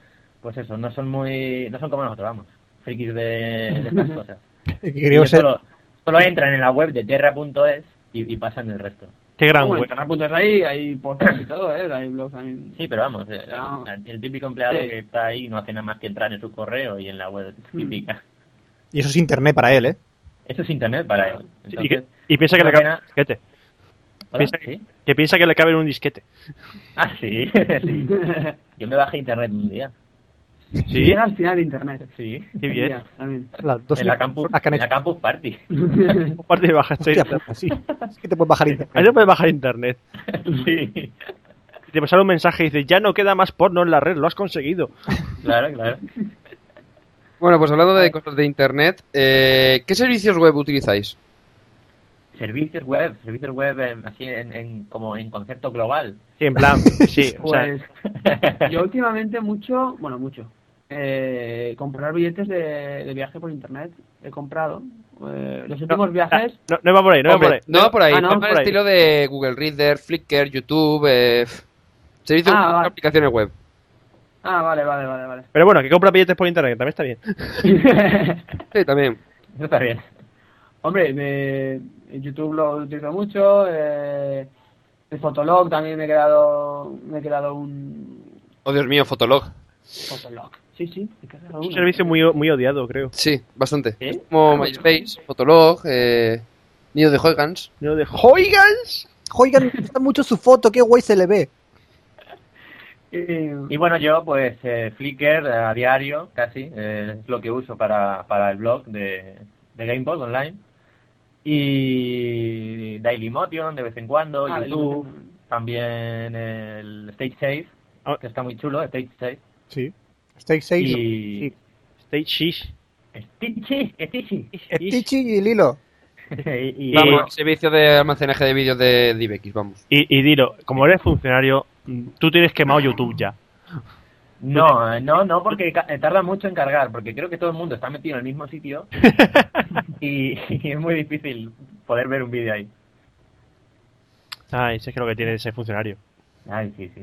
pues eso, no son muy, no son como nosotros, vamos, frikis de, de estas cosas.
Y Creo
Ellos
ser-
solo, solo entran en la web de terra.es y, y pasan el resto.
Qué gran
Bueno,
web.
en Terra.es ahí hay podcasts y todo, ¿eh? Hay blogs también.
Sí, pero vamos, eh,
Ah.
el típico empleado
Sí.
que está ahí no hace nada más que entrar en su correo y en la web típica.
Y eso es internet para él, ¿eh?
Eso es internet para él.
y, que-
Entonces,
y piensa que le
una
cabe un
pena-
disquete.
hola,
piensa que-
¿sí?
Que piensa que le cabe en un disquete.
Ah, sí. sí. Yo me bajé internet un día.
Llega al final de internet.
Sí.
qué bien.
Ya, también.
Las dos
En la campus,
personas que han
en la
hecho-
campus party.
Comparte y bajaste.
Hostia puta, sí. Es que te puedes bajar
Ahí
internet.
no puedes bajar internet.
sí.
Y Te pasaron un mensaje y dice, ya no queda más porno en la red, lo has conseguido.
Claro, claro.
Bueno, pues hablando de cosas de internet, eh, ¿qué servicios web utilizáis?
Servicios web, servicios web en- así en, en- como en concepto global.
Sí, en plan, sí. O sea,
Pues yo últimamente mucho, bueno, mucho, eh, comprar billetes de, de viaje por internet he comprado. Eh, los últimos viajes,
no, ah. no va por ahí, no
Hombre,
va por ahí.
no, por ahí.
Ah, no,
Forma
por
el
ahí.
estilo de Google Reader, Flickr, YouTube, eh, f- servicios
Ah,
de
vale.
aplicaciones web.
ah, vale, vale, vale, vale.
Pero bueno, que compra billetes por internet, que también está bien.
Sí, también.
Eso está bien.
Hombre, me- YouTube lo utilizo mucho, eh, el Fotolog también me he quedado, me he quedado un
Oh, Dios mío, Fotolog.
Fotolog. Sí, sí, me he quedado
Es un
uno.
servicio muy, muy odiado, creo.
Sí, bastante.
¿Sí?
Es
Ah,
Como MySpace, Fotolog, eh, Nido de Huygens.
No de Hoigans.
Oigan, me gusta mucho su foto, qué guay se le ve.
Eh,
Y bueno, yo pues eh, Flickr a diario, casi, eh, es lo que uso para, para el blog de, de GamePod Online. Y Dailymotion de vez en cuando,
Ah,
YouTube,
Dailymotion.
también el Stage Safe,
Ah.
que está muy chulo, Stage Safe.
Sí. Stage 6.
Y...
Stage Shish.
Stitchy, Stitchy.
Stitchy y Lilo.
Y, y-
Vamos, el servicio de almacenaje de vídeos de DivX, vamos.
Y, y Dilo, como eres funcionario, mm, tú tienes quemado YouTube ya.
no, eh, no, no, porque ca- eh, tarda mucho en cargar, porque creo que todo el mundo está metido en el mismo sitio y, y es muy difícil poder ver un vídeo ahí.
Ay, si es que lo que tiene ese funcionario.
Ay, sí, sí.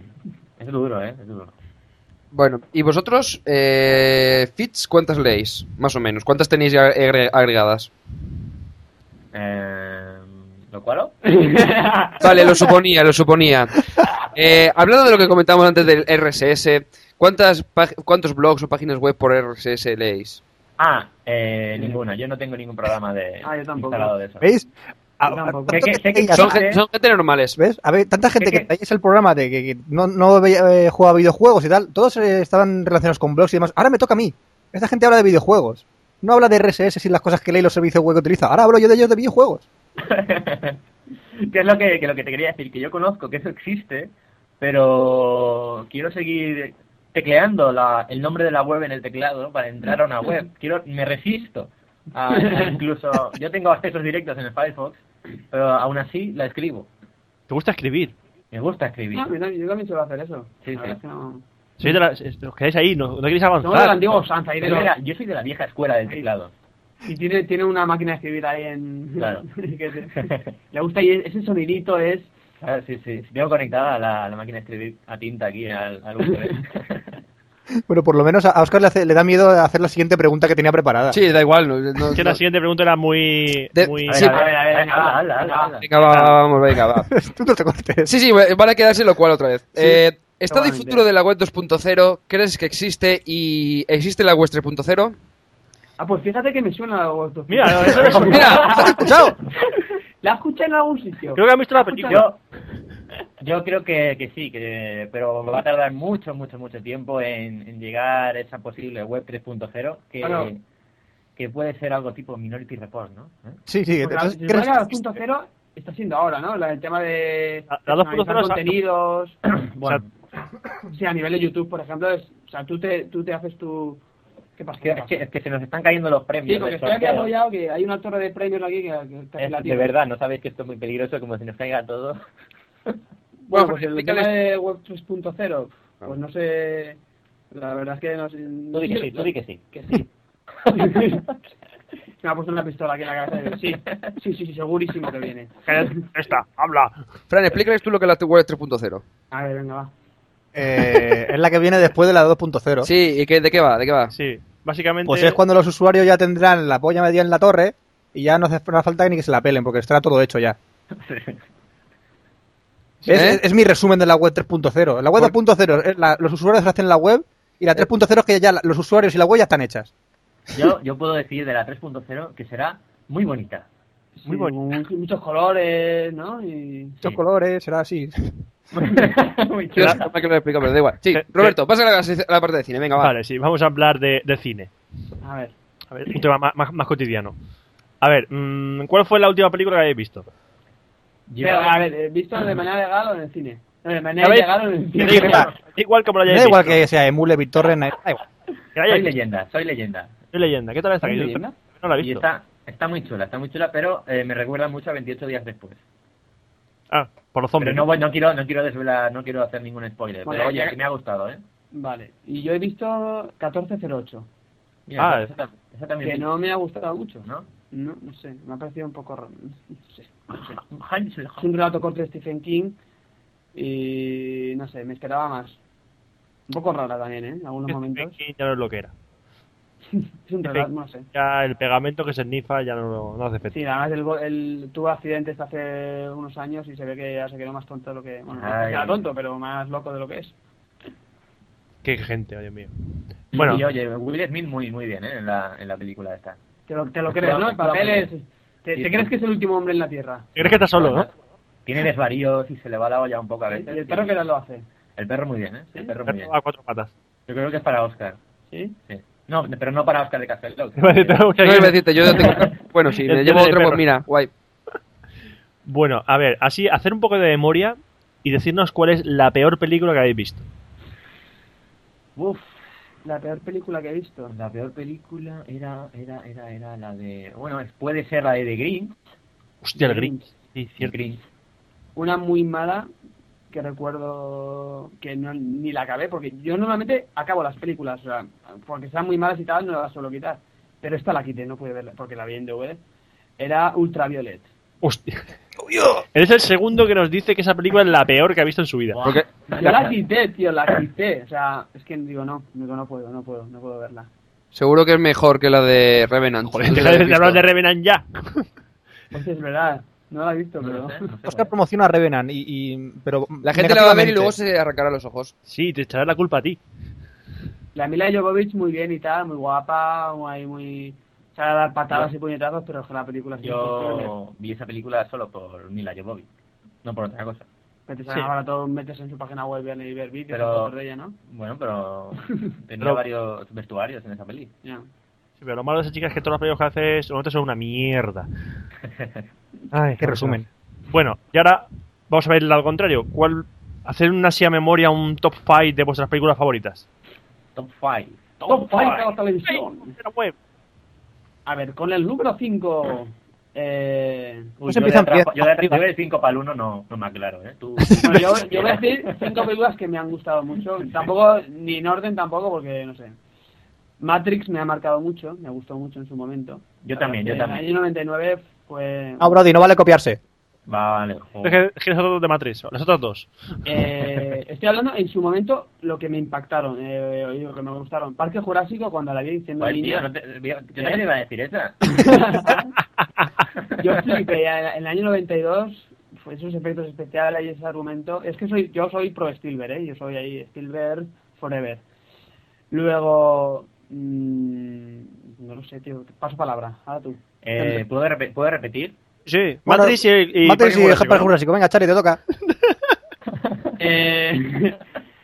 Es duro, ¿eh? Es duro.
Bueno, ¿y vosotros, eh, feeds, cuántas leéis? Más o menos. ¿Cuántas tenéis ya agre- agregadas?
Eh, ¿Lo cual?
Vale, lo suponía, lo suponía. Eh, hablando de lo que comentamos antes del RSS, ¿cuántas pag- ¿cuántos blogs o páginas web por RSS leéis?
Ah, eh, ninguna. Yo no tengo ningún programa de
Ah, yo tampoco.
instalado de eso.
¿Veis? A-
Tampoco.
tanta
Sé que- sé que-
gente-
Son,
Aparte-
gen- son gente normales.
¿Ves? A ver, tanta gente
Es
que,
que-
es el programa de que, que no, no ve- eh, juega videojuegos y tal, todos eh, estaban relacionados con blogs y demás. Ahora me toca a mí. Esta gente habla de videojuegos. No habla de RSS y las cosas que lee y los servicios web que utiliza. Ahora hablo yo de ellos de videojuegos.
que es lo que, que lo que te quería decir, que yo conozco que eso existe, pero quiero seguir tecleando la- el nombre de la web en el teclado para entrar a una web. Quiero, me resisto. a- a incluso yo tengo accesos directos en el Firefox, pero aún así la escribo.
¿Te gusta escribir?
Me gusta escribir.
Ah, mira, yo también suelo hacer eso.
Sí, sí.
La verdad es que no-
Sois de la- os quedáis ahí, no, no queréis
Somos del
avanzar.
antiguo Sanza y, de
Pero
los-
mira, yo soy de la vieja escuela del teclado.
y tiene, tiene una máquina de escribir ahí en...
Claro.
que se- le gusta y ese sonidito es...
Ah, sí, sí. Tengo conectada a la, a la máquina de escribir a tinta aquí al, al USB.
Bueno, por lo menos a a Oscar le, hace- le da miedo hacer la siguiente pregunta que tenía preparada.
Sí, da igual. no- no-
Que
no-
la siguiente pregunta era muy.
De-
muy-
A
Sí,
ver, a ver, a ver, habla, habla, habla, habla.
Venga, va, va, vamos, venga, va.
Tú no te cortes.
Sí, sí, van a quedarse lo cual otra vez. Eh, ¿Estado y
Igualmente.
futuro de la web 2.0 crees que existe y existe la web 3.0?
Ah, pues fíjate que me suena algo esto.
Mira, no, eso es-
Mira, ¿has escuchado?
¿La escuché en algún sitio?
Creo que han visto la película.
Yo, yo creo que, que sí, que, pero va a tardar mucho, mucho, mucho tiempo en, en llegar a esa posible web 3.0 que,
Claro.
que puede ser algo tipo Minority Report, ¿no? ¿Eh?
Sí, sí.
Porque
Entonces,
la,
¿crees-
la 2.0 está siendo ahora, ¿no? La- el tema de
La- la 2.0
personalizar
es-
contenidos,
Bueno,
sí, a nivel de YouTube, por ejemplo, es, o sea, tú te, tú te haces tu... ¿Qué pasa?
Es que, es que- es que se nos están cayendo los premios.
Sí, porque
del
estoy aquí
sorteo.
apoyado que hay una torre de premios aquí que, que está
Es-
relativa.
de verdad, ¿no sabéis que esto es muy peligroso? Como si nos caiga todo.
Bueno,
Bueno,
pues el
explícales-
tema de Web 3.0, pues no sé... La verdad es que no sé...
Tú di que sí, tú di que sí.
Que sí. Me ha puesto una pistola aquí en la cabeza. y digo, Sí, sí, sí, sí, segurísimo que viene.
esta, habla.
Fran, explícales tú lo que es la web 3.0.
A ver, venga, va.
eh, es la que viene después de la 2.0.
Sí, ¿y qué, de qué va? ¿De qué va?
Sí, básicamente.
Pues es cuando los usuarios ya tendrán la polla media en la torre y ya no hace no hace falta ni que se la pelen porque estará todo hecho ya. Es,
¿Eh?
es- es mi resumen de la web 3.0. La web 2.0 es eh, la- los usuarios hacen la web y
Eh.
la 3.0 es que ya la- los usuarios y la web ya están hechas.
Yo, yo puedo decir de la 3.0 que será muy bonita.
Muy
Sí,
bonito.
mu- Muchos colores, ¿no? Y...
Los colores, será así.
muy
Yo no
chula.
sé cómo que lo explico, pero da igual. Sí,
Que-
Roberto, pasa a la, a la parte de cine, venga, va.
Vale, sí, vamos a hablar de, de cine.
A ver.
A ver, un tema más, más- más cotidiano. A ver, mm, ¿cuál fue la última película que habéis visto?
Yo-
Pero, a ver, eh, visto de manera legal o en el cine. No, de manera
A ver,
ilegal o en el
Da
cine.
Sí,
igual- da igual como la
No
hayáis
da igual
visto.
que sea Emule, BitTorrent, eh, da igual.
Que la
soy
hayáis visto.
leyenda, soy leyenda.
Soy leyenda. ¿Qué tal está?
¿Soy
Yo-
leyenda?
No la he
Y
visto.
está, está muy chula, está muy chula, pero eh, me recuerda mucho a 28 días después.
Ah, por los zombies.
pero no, voy- no quiero, no quiero desvelar, no quiero hacer ningún spoiler.
Bueno,
pero oye,
ya-
que me ha gustado, ¿eh?
Vale. Y yo he visto 1408.
Mira,
Ah,
esa, esa tam- esa también.
Que no me ha gustado mucho.
¿no?
No, no sé. Me ha parecido un poco raro. No sé.
Hansel,
Es un relato corto de Stephen King. Y no sé, me esperaba más. Un poco rara también, ¿eh? En algunos momentos.
Stephen King Este ya no es lo que era.
Es un relato, no sé.
Ya el pegamento que se nifa ya no, no hace efecto.
Sí, además el, go- el- tuvo accidentes hace unos años y se ve que ya se quedó más tonto de lo que... Bueno, no
Ay.
era tonto, pero más loco de lo que es.
Qué gente, oh, Dios mío. Bueno,
Y oye, Will Smith muy, muy bien, ¿eh? En la, en la película esta.
Te lo, te lo crees, ¿no? El papel es... Te, te crees que es el último hombre en la Tierra.
¿crees que estás solo, no?
Tiene desvaríos y se le va la olla un poco a
¿Y
veces.
el perro qué tal lo hace?
El perro muy bien, ¿eh? El perro muy bien.
A cuatro patas.
Yo creo que es para Oscar.
¿Sí?
Sí. No, pero no para Oscar de Castelló.
No iba a decirte, yo ya tengo... Bueno, si me
El
llevo
tema de
otro, pues
perros.
mira, guay.
Bueno, a ver, así, hacer un poco de memoria y decirnos cuál es la peor película que habéis visto.
Uf, la peor película que he visto.
La peor película era, era, era, era la de... Bueno, es- puede ser la de The Green.
Hostia, el Grinch. Sí,
The
cierto.
Green.
Una muy mala que recuerdo que no, ni la acabé, porque yo normalmente acabo las películas, o sea, porque sean muy malas y tal, no las suelo quitar. Pero esta la quité, no pude verla, porque la vi en DVD. Era Ultraviolet.
Hostia. Eres el segundo que nos dice que esa película es la peor que ha visto en su vida.
Buah.
Porque
Yo la quité, tío, la quité. O sea, es que digo, no, digo, no puedo, no puedo, no puedo verla.
seguro que es mejor que la de Revenant.
Joder,
No sé si
deja
la
de
habéis
hablar de
visto.
Revenant ya.
Entonces, Pues es verdad, No la he visto,
No
pero.
lo sé, no sé cuál
Oscar
es.
promociona a Revenant y, y- pero
La gente la va a ver y
negativamente.
luego se arrancará los ojos.
Sí, te echarás la culpa a ti.
La Mila Jovovich muy bien y tal, muy guapa, muy. muy... Sabe dar patadas y puñetazos, pero es que la película sí es
Yo vi esa película solo por Mila Jovovich, no por otra cosa.
Metes
Sí.
a barato, metes en su página web ver- y ver vídeos
Pero-
fotos de ella, ¿no?
Bueno, pero tenía
Pero-
varios vestuarios en esa peli.
Ya.
Sí, pero lo malo de esa chica es que todas las películas que haces normalmente son una mierda. Ay,
Qué resumen.
Bueno, y ahora vamos a ver al contrario. ¿Cuál hacer una así a memoria un top 5 de vuestras películas favoritas?
Top 5.
Top 5 de la televisión.
Era web.
A ver, con el número 5. Eh,
Pues
yo, de
empiezan
atrás-
bien.
yo de atrás- yo del 5 para el 1 no, no me aclaro, ¿eh? Tú,
bueno, yo, yo voy a decir cinco películas que me han gustado mucho. Tampoco, ni en orden tampoco, porque no sé. Matrix me ha marcado mucho, me gustó mucho en su momento.
Yo también, yo
En
también.
El año 99 fue.
Ah, Brody, no vale copiarse.
Vale, joder.
Es que, es que nosotros dos de Matrix, las otras dos.
Eh, estoy hablando en su momento lo que me impactaron, eh, o digo, que me gustaron. Parque Jurásico, cuando la vi diciendo
Joder,
niña,
tío, no te- yo
Eh.
también iba a decir esa.
yo flipé. En el año 92, fue pues, esos efectos especiales y ese argumento. Es que soy yo soy pro Spielberg, ¿eh? Yo soy ahí Spielberg forever. Luego. mm, no lo sé, tío. Paso palabra. Ahora tú.
Eh, ¿puedo, repe- ¿Puedo repetir?
Sí,
Bueno,
Matrix y, y
Matrix
Parque
y
Jurásico,
Parque
¿no?
Jurásico. Venga, Charlie, te toca.
Eh,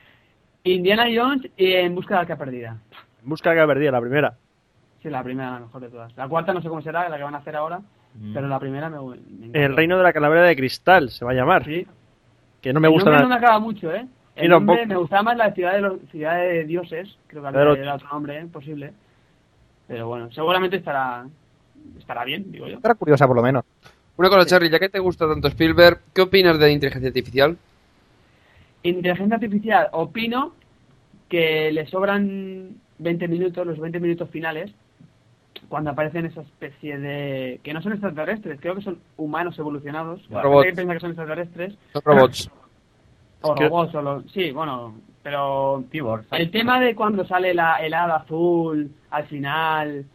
Indiana Jones y En busca de la arca perdida.
En Busca de la perdida, la primera.
Sí, la primera, la mejor de todas. La cuarta no sé cómo será, la que van a hacer ahora. Pero la primera me, me encantó.
El reino de la calavera de cristal se va a llamar.
Sí.
Que no me gusta
el nombre
nada.
no me acaba mucho, ¿eh? El
Y
nombre
tampoco-
me gustaba más la ciudad de, los, ciudad de dioses, creo que había
Claro.
era otro nombre ¿eh? posible. Pero bueno, seguramente estará estará bien, digo yo.
Era curiosa, por lo menos.
Una cosa, Charlie, ya que te gusta tanto Spielberg, ¿qué opinas de la inteligencia artificial?
Inteligencia artificial, opino que le sobran 20 minutos, los 20 minutos finales, cuando aparecen esa especie de... que no son extraterrestres, creo que son humanos evolucionados. La gente
Robots.
que piensa que son extraterrestres,
Son robots.
o
Es que-
robots, o los... Sí, bueno, pero
Cyborg,
El tema de cuando sale la helada azul al final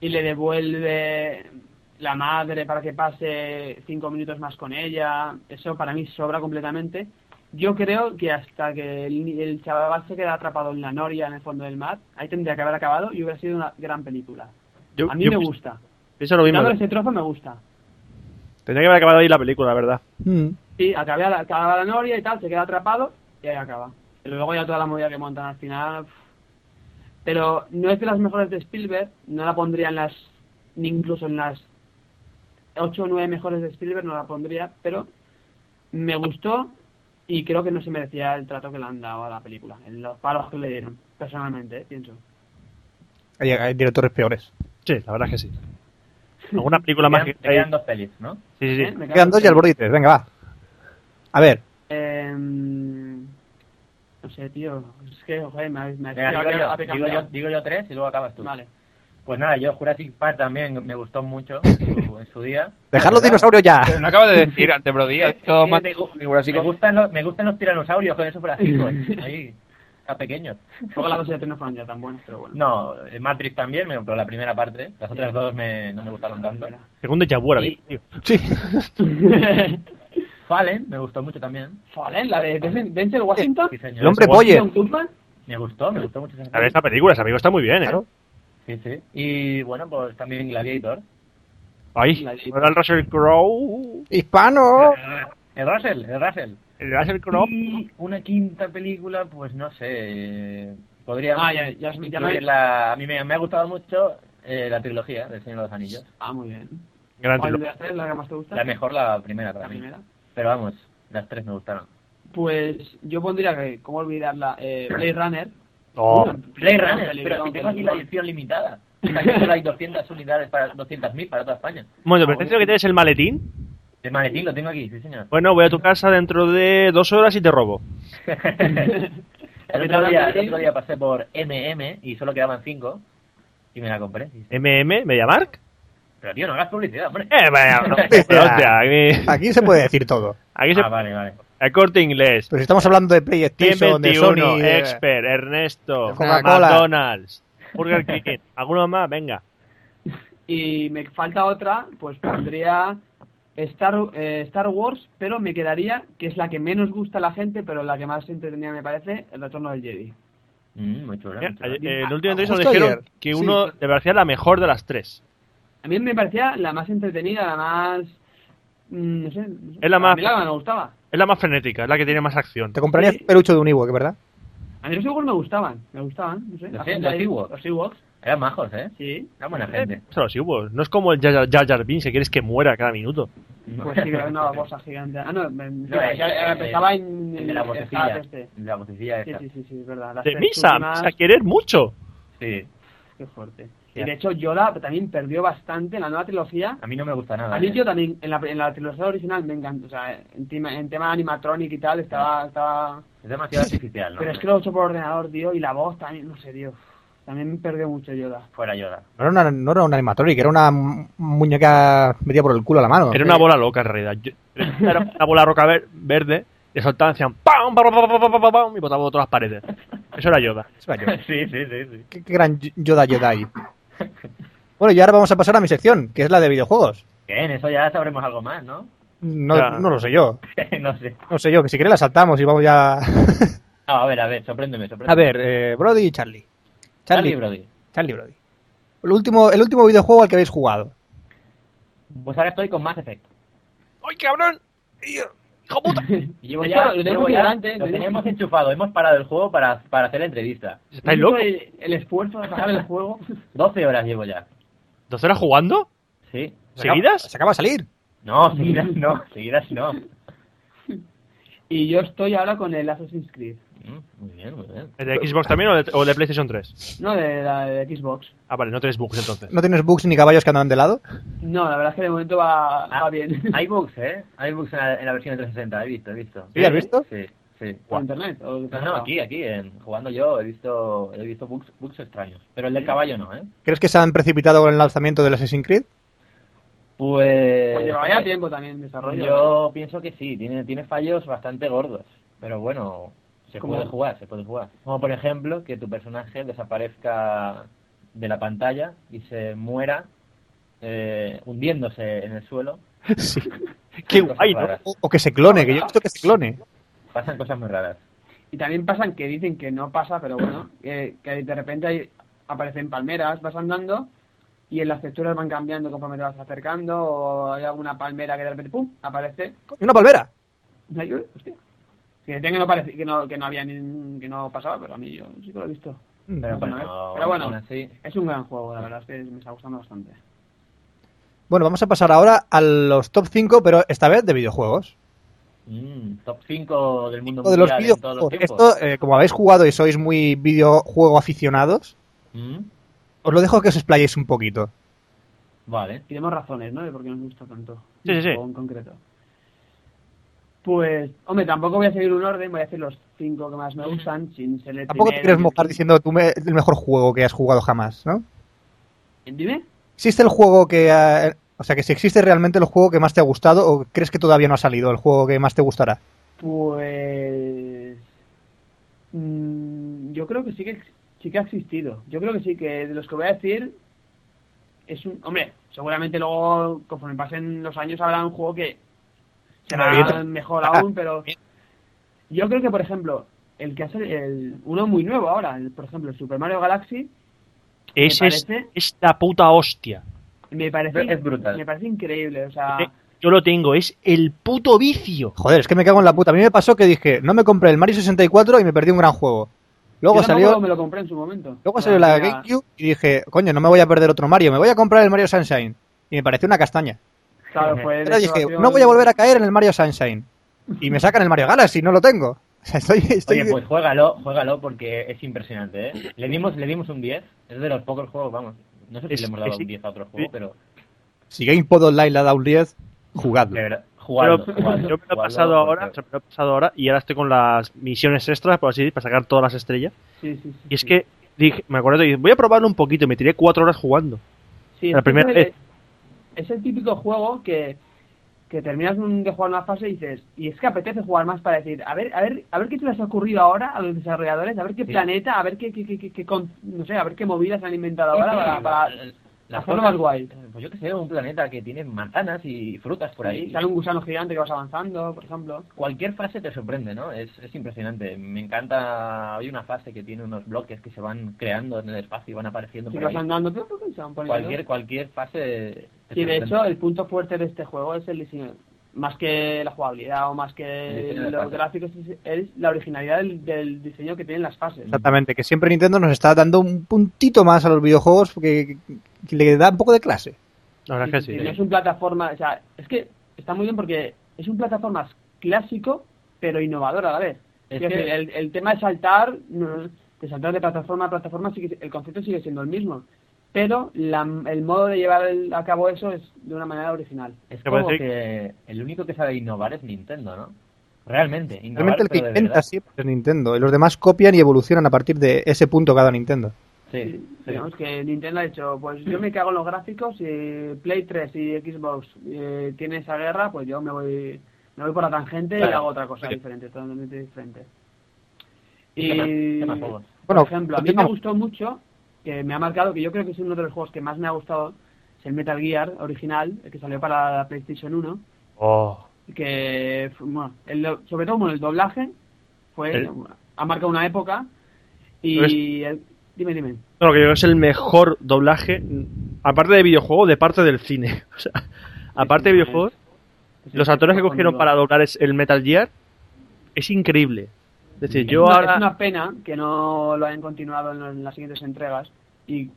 y le devuelve la madre para que pase cinco minutos más con ella, eso para mí sobra completamente. Yo creo que hasta que el, ni- el chaval se queda atrapado en la noria en el fondo del mar, ahí tendría que haber acabado y hubiera sido una gran película.
Yo-
A mí
yo
me
pi-
gusta.
Pienso lo mismo.
Dado ese trozo me gusta.
Tendría que haber acabado ahí la película, la verdad.
Mm.
Sí, acaba la, acaba la noria y tal, se queda atrapado y ahí acaba. Pero luego ya toda la movida que montan al final. pff. Pero no es de las mejores de Spielberg, no la pondría en las. ni incluso en las 8 o 9 mejores de Spielberg, no la pondría, pero me gustó y creo que no se merecía el trato que le han dado a la película, en los palos que le dieron, personalmente, eh, pienso.
Hay, hay directores peores.
Sí, la verdad es que sí. ¿Alguna película más que
Te quedan dos pelis, ¿no?
Sí, sí,
¿Eh?
sí.
Me
Quedan
quedo-
dos y al borde tres. Venga, va. A ver,
Eh, no sé, tío. Es que, joder, me habéis. Me habéis-
Venga,
me
digo, yo,
habéis
digo, yo,
cambiado.
digo yo tres y luego acabas tú.
Vale.
Pues nada, yo Jurassic Park también me gustó mucho en su- en su día.
dejad los
¿Verdad?
dinosaurios ya.
no acabas de decir antes, Brody.
has hecho más Me
Jurassic
gustan los, me gustan los tiranosaurios con esos bracitos ahí, a pequeños.
Luego las dos y la tres no fueron ya tan buenas, pero bueno.
No, eh, Matrix también, me- pero la primera parte. Las otras dos me, no me gustaron tanto.
Segundo Jaguar,
Y-
tío.
Sí.
Fallen me gustó mucho también.
Fallen, la de Denzel- Denzel Washington.
Sí, señor.
El hombre pollo.
John Goodman.
Me gustó, me gustó mucho esa
A ver,
peli.
esta película, ese amigo está muy bien, ¿eh?
Claro.
Sí, sí. Y bueno, pues también Gladiator.
Ahí,
La-
con el Russell Crowe.
Hispano.
El Russell, el Russell.
El Russell Crowe.
Y una quinta película, pues no sé. Podría.
Ah, ya- ya- ya me-
incluirla- A mí me, me ha gustado mucho eh, la trilogía del Señor de los Anillos.
Ah, muy bien.
Gran
¿Cuál de
trilogía.
las tres es la que más te gusta?
La mejor, la primera para
La
mí.
primera.
Pero vamos, las tres me gustaron.
Pues yo pondría que, ¿cómo olvidarla? Eh, Blade Runner.
Oh,
Una
Blade
película,
Runner, pero
película,
si tengo aquí la
película.
edición limitada. O sea, que solo hay 200 unidades para 200.000 para toda España.
Bueno, pero ¿este que tienes el maletín?
El maletín lo tengo aquí, sí señor.
Bueno, voy a tu casa dentro de dos horas y te robo.
El otro, día, el otro día pasé por MM y solo quedaban 5 y me la compré. Y dije,
¿MM? ¿Mediamark?
Pero tío, no hagas publicidad, hombre.
Eh, bueno, no, pero, hostia, aquí,
Aquí se puede decir todo.
aquí se...
Ah, vale, vale.
El corte inglés.
Pero si estamos hablando de PlayStation, de
121,
Sony. de-
Expert, Ernesto,
Coca-Cola.
McDonald's, Burger King. ¿Alguno más? Venga.
Y me falta otra, pues pondría Star, eh, Star Wars, pero me quedaría, que es la que menos gusta a la gente, pero la que más entretenida me parece, El Retorno del Jedi.
Mm, muy chula,
Mira,
muy chula.
ayer- eh, en la última entrevista nos
Justo
dijeron
ayer.
que
Sí.
uno le parecía la mejor de las tres.
A mí me parecía la más entretenida, la más... mm, No sé, no sé.
Es la
A
más-
mí la que me gustaba.
Es la más frenética, es la que tiene más acción.
Te comprarías pelucho de un Ewok, ¿verdad?
A mí los Ewoks me gustaban, me gustaban, no sé.
¿Los
la
qué?
gente
¿Los
ahí-
Ewoks?
Los Ewoks,
Eran majos, ¿eh?
sí.
Era buena
Eh,
gente.
o sea, los Ewoks. No es como el Jar Jar- Jar Jar Binks, que quieres que muera cada minuto.
Pues sí, era una cosa gigante. Ah, no, me,
No, es-
ya-
es-
pensaba en...
el de la
en- en
vocecilla.
Hades este.
De la vocecilla
Sí,
esta.
sí, sí, sí, es verdad. Las
De
tres
misa,
últimas-
a querer mucho.
Sí.
Qué fuerte.
Sí.
Y de hecho Yoda también perdió bastante en la nueva trilogía.
A mí no me gusta nada.
A mí
¿eh?
yo también, en la, en la trilogía original me encanta, o sea, en tema, en tema animatronic y tal, estaba, estaba...
Es demasiado artificial, ¿no?
Pero es que lo he hecho por ordenador, tío, y la voz también, no sé, tío, también perdió mucho Yoda.
Fuera Yoda.
No era, una, no era un animatronic, era una mu- muñeca metida por el culo a la mano.
Era una bola loca en realidad. Yo- Era una bola roca ver- verde, le soltaban, hacían ¡pam! ¡pam! ¡pam! ¡pam! ¡pam! ¡pam! ¡pam! y botaban por todas las paredes. Eso era Yoda.
Se va yo.
sí, sí, sí, sí.
¿Qué, qué gran Yoda Jedi. Bueno, y ahora vamos a pasar a mi sección, que es la de videojuegos.
Bien, eso ya sabremos algo más, ¿no?
No,
Ya.
no lo sé yo.
no sé.
No sé yo, que si quieres la saltamos y vamos ya. a
No, a ver, a ver, sorpréndeme, sorpréndeme.
ver, eh, Brody y Charlie.
Charlie
Charlie,
Brody.
Charlie Brody. El último, el último videojuego al que habéis jugado.
Pues ahora estoy con más efecto.
¡Ay, cabrón! ¡Hijo puta!
Llevo
Esto
ya,
lo tenemos
llevo ya-
delante,
lo
tenemos-
teníamos enchufado, hemos parado el juego para, para hacer la entrevista.
¿Estáis locos?
El, el esfuerzo de sacar el juego.
12 horas llevo ya.
¿12 horas jugando?
Sí.
Se acaba-
¿Seguidas?
Se acaba de salir.
No, seguidas no, seguidas no.
Y yo estoy ahora con el Assassin's Creed,
Mm, Muy bien, muy bien.
¿El de Xbox también o el de, o el de PlayStation 3?
no de la de Xbox.
Ah, vale, no tenéis bugs entonces.
No tienes bugs ni caballos que andan de lado.
No, la verdad es que de momento va,
Ah,
va bien.
Hay bugs, ¿eh? Hay bugs en la, en la versión de 360, he visto, he visto.
¿Sí, has visto?
Sí, sí.
¿Por internet? ¿O
No, no, aquí, aquí, en- jugando yo he visto, he visto bugs, bugs extraños. Pero el del caballo no, ¿eh?
¿Crees que se han precipitado con el lanzamiento del Assassin's Creed?
Pues...
Pues llevaba ya tiempo también en desarrollo.
Yo pienso que sí, tiene, tiene fallos bastante gordos, pero bueno, se
¿Cómo?
puede jugar, se puede jugar. Como por ejemplo que tu personaje desaparezca de la pantalla y se muera eh, hundiéndose en el suelo.
Sí.
¡Qué
Cosas
guay, ¿no?
raras.
O, o que se clone, que yo he visto que se clone.
Pasan cosas muy raras.
Y también pasan que dicen que no pasa, pero bueno, que, que de repente hay- aparecen palmeras, vas andando y en las texturas van cambiando conforme te vas acercando o hay alguna palmera que de repente ¡pum! aparece.
Una palmera.
Ay, uy, hostia. Que decían que no, parecía, que, no, que no había ni- que no pasaba, pero a mí yo sí que lo he visto.
Pero
Bueno,
bueno,
eh, pero bueno.
aún así,
Es un gran juego, la verdad es que me está gustando bastante.
Bueno, vamos a pasar ahora a los top 5, pero esta vez de videojuegos.
mm, top 5 del mundo
O de los
mundial en todos los
videojuegos.
tiempos.
Esto, eh, como habéis jugado y sois muy videojuego aficionados,
Mm,
os lo dejo que os explayéis un poquito.
Vale.
Tenemos razones, ¿no? De por qué nos gusta tanto.
Sí, sí, sí.
O en concreto. Pues, hombre, tampoco voy a seguir un orden, voy a decir los cinco que más me gustan sin ser el
Tampoco te
primero
quieres
ni el
mojar diciendo tú me- el mejor juego que has jugado jamás, ¿no?
Dime.
¿Existe el juego que... eh, o sea, que si existe realmente el juego que más te ha gustado o crees que todavía no ha salido el juego que más te gustará?
Pues. mm, yo creo que sí que ex- sí que ha existido. Yo creo que sí que de los que voy a decir es un hombre. Seguramente luego conforme pasen los años habrá un juego que será
Maravilloso.
mejor aún, pero yo creo que por ejemplo el que hace el uno muy nuevo ahora, el- por ejemplo el Super Mario Galaxy
Ese es
parece-
esta puta hostia.
me parece
Es brutal.
me parece increíble, o sea.
Eh, Yo lo tengo, es el puto vicio.
Joder, es que me cago en la puta. A mí me pasó que dije, no me compré el Mario 64 y me perdí un gran juego. Luego
yo tampoco
salió,
me lo compré en su momento.
luego salió la
Mira,
GameCube y dije, coño, no me voy a perder otro Mario, me voy a comprar el Mario Sunshine. Y me pareció una castaña.
Claro, fue
Pero dije,
decoración-
no voy a volver a caer en el Mario Sunshine. Y me sacan el Mario Galaxy, no lo tengo. O sea, estoy... estoy...
Oye, pues juégalo, juégalo porque es impresionante, ¿eh? Le dimos, le dimos un 10, es de los pocos juegos, vamos. No sé si
Es-
le hemos dado
es-
un 10 a otro juego,
sí.
pero
Si GamePod Online le ha dado un 10, jugadlo.
de verdad,
Pero
jugadlo,
yo
jugadlo,
me lo he
jugadlo,
pasado ahora,
porque-
me lo he pasado ahora y ahora estoy con las misiones extras, por así decir, para sacar todas las estrellas.
Sí, sí, sí,
Y es
sí.
que dije, me acuerdo, dije, voy a probarlo un poquito y me tiré cuatro horas jugando.
Sí,
La
es que
primera
es el-
vez.
Es el típico juego que, que terminas un- de jugar una fase y dices, y es que apetece jugar más para decir, a ver, a ver, a ver qué te les ha ocurrido ahora a los desarrolladores, a ver qué
Sí.
planeta, a ver qué, qué, qué- qué- qué con- no sé, a ver qué movidas han inventado ahora para, para-
La- La
forma
foca-
más guay.
Pues yo que sé, un planeta que tiene manzanas y frutas por ahí.
Sí, Sale un gusano gigante que vas avanzando, por ejemplo.
Cualquier fase te sorprende, ¿no? Es, es impresionante. Me encanta. Hay una fase que tiene unos bloques que se van creando en el espacio y van apareciendo
Si
por ahí.
vas andando, tu, tu, tu, se van poniendo.
Cualquier, cualquier fase. te
Y de
sorprende.
hecho, el punto fuerte de este juego es el diseño. Más que la jugabilidad o más
El
que
diseño de
los
fases.
gráficos, es- es la originalidad del, del diseño que tienen las fases.
Exactamente, que siempre Nintendo nos está dando un puntito más a los videojuegos que, que- que le da un poco de clase.
La verdad es
Y-
que
y
sí.
no es un plataforma, o sea, es que está muy bien porque es un plataforma clásico, pero innovador a la vez.
Es
Quiero
que-
decir, el, el tema de saltar, no, de saltar de plataforma a plataforma, sigue- el concepto sigue siendo el mismo. Pero la- el modo de llevar el- a cabo eso es de una manera original.
Es
Te
como
parece
que el único que sabe innovar es Nintendo, ¿no? Realmente. Innovar,
Realmente el que
pero de
inventa
verdad.
siempre es Nintendo y los demás copian y evolucionan a partir de ese punto cada Nintendo.
Sí, sí.
Digamos que Nintendo ha dicho, pues yo me cago en los gráficos y Play 3 y Xbox eh, tiene esa guerra, pues yo me voy me voy por la tangente y
Claro.
hago otra cosa
Sí.
diferente, totalmente diferente.
¿Y qué más-
Y,
qué más juegos?
por
Bueno,
ejemplo, a mí me
continuamos.
gustó mucho, que me ha marcado, que yo creo que es uno de los juegos que más me ha gustado, es el Metal Gear original, el que salió para la PlayStation 1,
Oh,
que, fue- bueno, el do- sobre todo bueno, el doblaje, fue
El-
ha marcado una época, y... el- dime, dime.
No, lo que yo creo que es el mejor doblaje, mm, aparte de videojuego, de parte del cine. O sea, aparte de
sí,
videojuegos,
Pues
los actores que cogieron para doblar es- el Metal Gear es increíble. Es decir, yo
una,
ahora.
es una pena que no lo hayan continuado en, lo- en las siguientes entregas y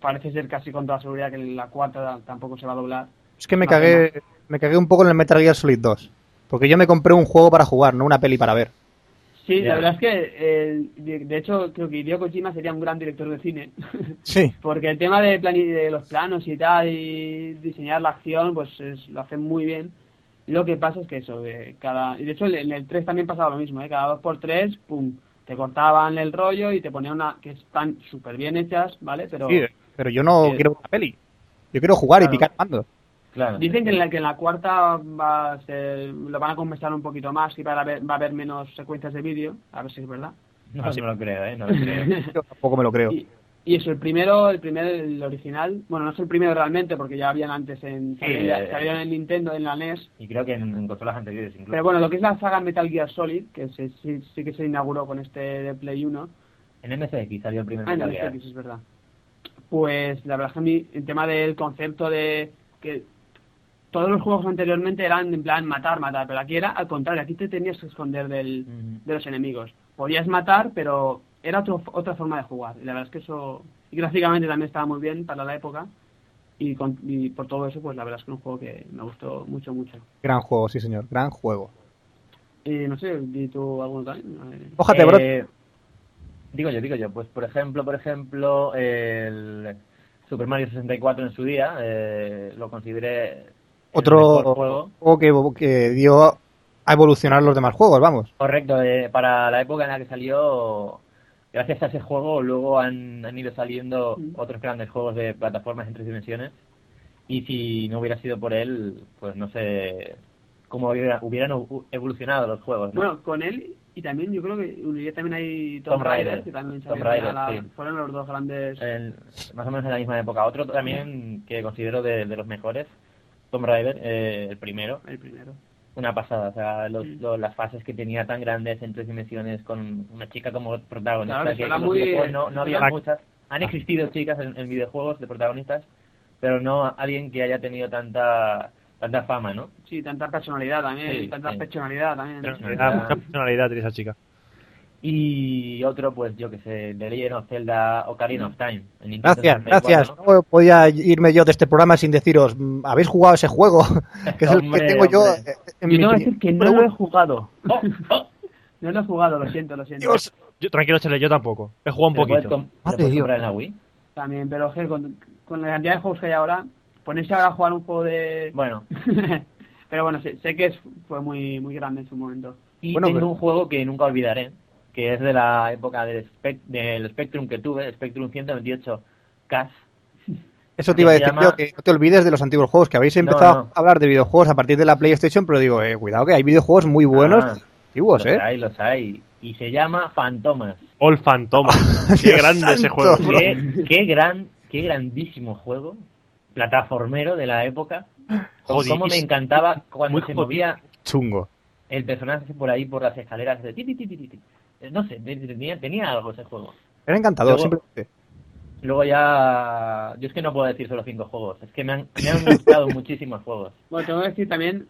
parece ser casi con toda seguridad que la cuarta tampoco se va a doblar.
Es que me
Una
cagué, me cagué un poco en el Metal Gear Solid 2. Porque yo me compré un juego para jugar, no una peli para ver.
Sí,
Ya.
la verdad es que, eh, de, de hecho, creo que Hideo Kojima sería un gran director de cine.
Sí.
Porque el tema de, plani- de los planos y tal, y diseñar la acción, pues es- lo hacen muy bien. Lo que pasa es que eso, de cada. Y de hecho, en el 3 también pasaba lo mismo, ¿eh? cada 2x3, pum, te cortaban el rollo y te ponían una. que están súper bien hechas, ¿vale? Pero.
pero yo no
Sí.
quiero una peli. Yo quiero jugar y
Claro.
picar mando.
Claro.
Dicen que en la, que en la cuarta va a ser- lo van a compensar un poquito más y va a haber, va a haber menos secuencias de vídeo, a ver si es verdad.
No, no lo creo, ¿eh? No lo creo.
Yo tampoco me lo creo.
Y, y eso, el primero, el primer, el original, bueno, no es el primero realmente porque ya habían antes en,
Sí,
salía-
eh.
salieron en Nintendo, en la NES,
Y creo que en, en consolas anteriores incluso.
pero bueno, lo que es la saga Metal Gear Solid, que se- sí, sí que se inauguró con este de Play 1,
En MSX salió el primer
Ah, en
Metal
el
Gear.
Tetris, es verdad. Pues la verdad es que a mí el tema del concepto de que todos los juegos anteriormente eran en plan matar, matar, pero aquí era al contrario, aquí te tenías que esconder del,
Ujú.
de los enemigos. Podías matar, pero era otro- otra forma de jugar. Y la verdad es que eso, y gráficamente también estaba muy bien para la época. Y, con- y por todo eso, pues la verdad es que es un juego que me gustó mucho, mucho.
Gran juego, sí señor, gran juego.
Y no sé, ¿y tú alguno también?
Ójate, bro.
Eh, Digo yo, digo yo. Pues por ejemplo, por ejemplo, el Super Mario 64 en su día eh, lo consideré el
Otro
mejor juego.
juego que, que dio a evolucionar los demás juegos, vamos.
Correcto, eh, para la época en la que salió, gracias a ese juego, luego han, han ido saliendo
Mm.
otros grandes juegos de plataformas en tres dimensiones. Y si no hubiera sido por él, pues no sé cómo hubiera- hubieran u- evolucionado los juegos. ¿no?
Bueno, con él y también yo creo que uniría también hay Tom,
Tomb
Raider,
Raider.
que también
Tomb
salieron
Raider,
a la-
sí. Eh.
fueron los dos grandes.
en- más o menos en la misma época. Otro también que considero de, de los mejores, Tomb Raider, eh, el primero,
El primero.
una pasada. O sea, los-
Mm.
los- las fases que tenía tan grandes en tres dimensiones con una chica como protagonista.
Claro, que
que
suena
en los
muy- Ah.
videojuegos no, no había
suena-
muchas. Han existido chicas en, en videojuegos de protagonistas, pero no alguien que haya tenido tanta tanta fama, ¿no?
Sí, tanta personalidad también,
Sí,
tanta
sí.
personalidad también.
Pero en
no,
realidad,
no.
mucha personalidad tiene esa chica.
Y otro, pues yo que sé, The Legend of Zelda Ocarina of Time. en Nintendo
Gracias,
64,
gracias.
¿no?
No podía irme yo de este programa sin deciros, mm, habéis jugado ese juego, que es el
Este Hombre,
que tengo yo
hombre.
eh, en
Yo
mi
tengo que
opinión.
decir que no lo he jugado.
Oh, oh,
No lo he jugado, lo siento, lo siento.
Dios.
Yo, tranquilo, Chele, yo tampoco. He jugado un
¿te lo puedes
poquito.
com- te lo
Madre
puedes
de Dios.
comprar en la Wii?
También, pero es que con, con la cantidad de juegos que hay ahora, ponerse ahora a jugar un juego de.
Bueno,
pero bueno, sé, sé que es, fue muy muy grande en su momento.
Y
Bueno,
tengo
pero-
un juego que nunca olvidaré, que es de la época del, Spec- del Spectrum que tuve, Spectrum 128K.
Eso te iba a
que se
decir
llama-
yo, que no te olvides de los antiguos juegos, que habéis empezado
no.
a hablar de videojuegos a partir de la PlayStation, pero digo, eh, cuidado que hay videojuegos muy buenos,
Ah,
antiguos,
los
¿eh?
hay, los hay. Y se llama Fantomas.
All Phantom. Qué
Dios
grande ese
santo.
juego.
Qué, qué gran, qué grandísimo juego. plataformero de la época.
Jodido.
Cómo me encantaba cuando
Muy
se
jodido.
movía
Chungo.
el personaje por ahí por las escaleras de ti, ti, ti, ti, ti, ti. Eh, No sé, te- te- tenía, tenía algo ese juego.
Era encantador,
Luego-
simplemente.
Luego ya... Yo es que no puedo decir solo cinco juegos. Es que me han, me han gustado muchísimos juegos.
Bueno, tengo que decir también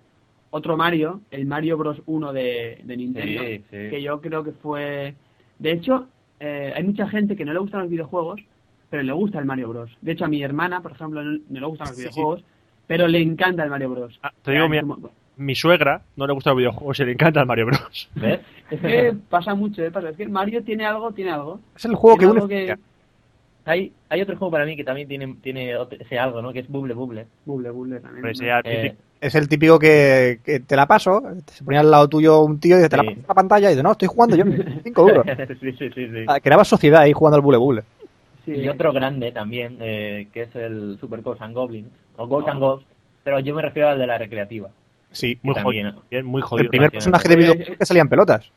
otro Mario, el Mario Bros. 1 de, de Nintendo,
Sí, sí.
que yo creo que fue... De hecho, eh, hay mucha gente que no le gustan los videojuegos, pero le gusta el Mario Bros. De hecho, a mi hermana, por ejemplo, no, no le gustan los
Sí, sí.
videojuegos, pero le encanta el Mario Bros.
Ah, te digo,
O sea,
mira-
es como-
Mi suegra no le gusta el videojuego, se le encanta el Mario Bros.
¿Ves?
Es que pasa mucho, ¿eh? Pasa. Es que el Mario tiene algo, tiene algo.
Es el juego que
Tiene
une.
algo que...
Hay, hay otro juego para mí que también tiene, tiene ot- ese algo, ¿no? Que es Bubble Bubble.
Buble, buble también.
Pero ese
¿no?
Ah,
ya Pues al
Eh,
principio-
Es el típico que, que te la paso, se ponía al lado tuyo un tío y te la
Sí.
pasas la pantalla y dice, no, estoy jugando yo, 5 euros.
sí, sí, sí, sí.
Ah, Creaba sociedad ahí jugando al bule bule.
Sí,
Y otro grande también, eh, que es el Super Ghosts and Goblins, o Ghosts
Ah.
and Ghosts, pero yo me refiero al de la recreativa.
Sí.
Muy
también,
jodido. bien, muy jodido.
El primer
tío.
personaje de
Oye,
videojuego que salían pelotas.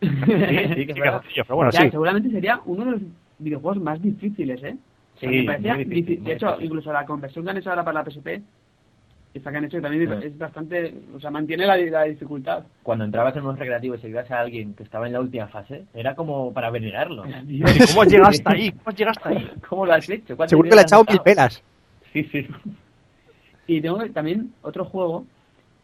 Sí, sí, que
Sí,
es
que
verdad.
jodido, pero bueno,
Ya,
sí.
seguramente sería uno de los videojuegos más difíciles, ¿eh?
Sí,
Me parecía
muy
difícil.
difícil, muy
De hecho,
difícil.
incluso la conversión que han hecho ahora para la PSP, esta que han hecho también
Mm.
es bastante. O sea, mantiene la, la dificultad.
Cuando entrabas en un recreativo y seguías a alguien que estaba en la última fase, era como para venerarlo.
Sí, ¿Cómo has llegado hasta ahí? ¿Cómo has llegado hasta ahí?
¿Cómo lo has hecho? ¿Cuántas
Seguro que le ha
veces
echado
has
mil
estado?
pelas.
Sí, sí.
Y tengo que- también otro juego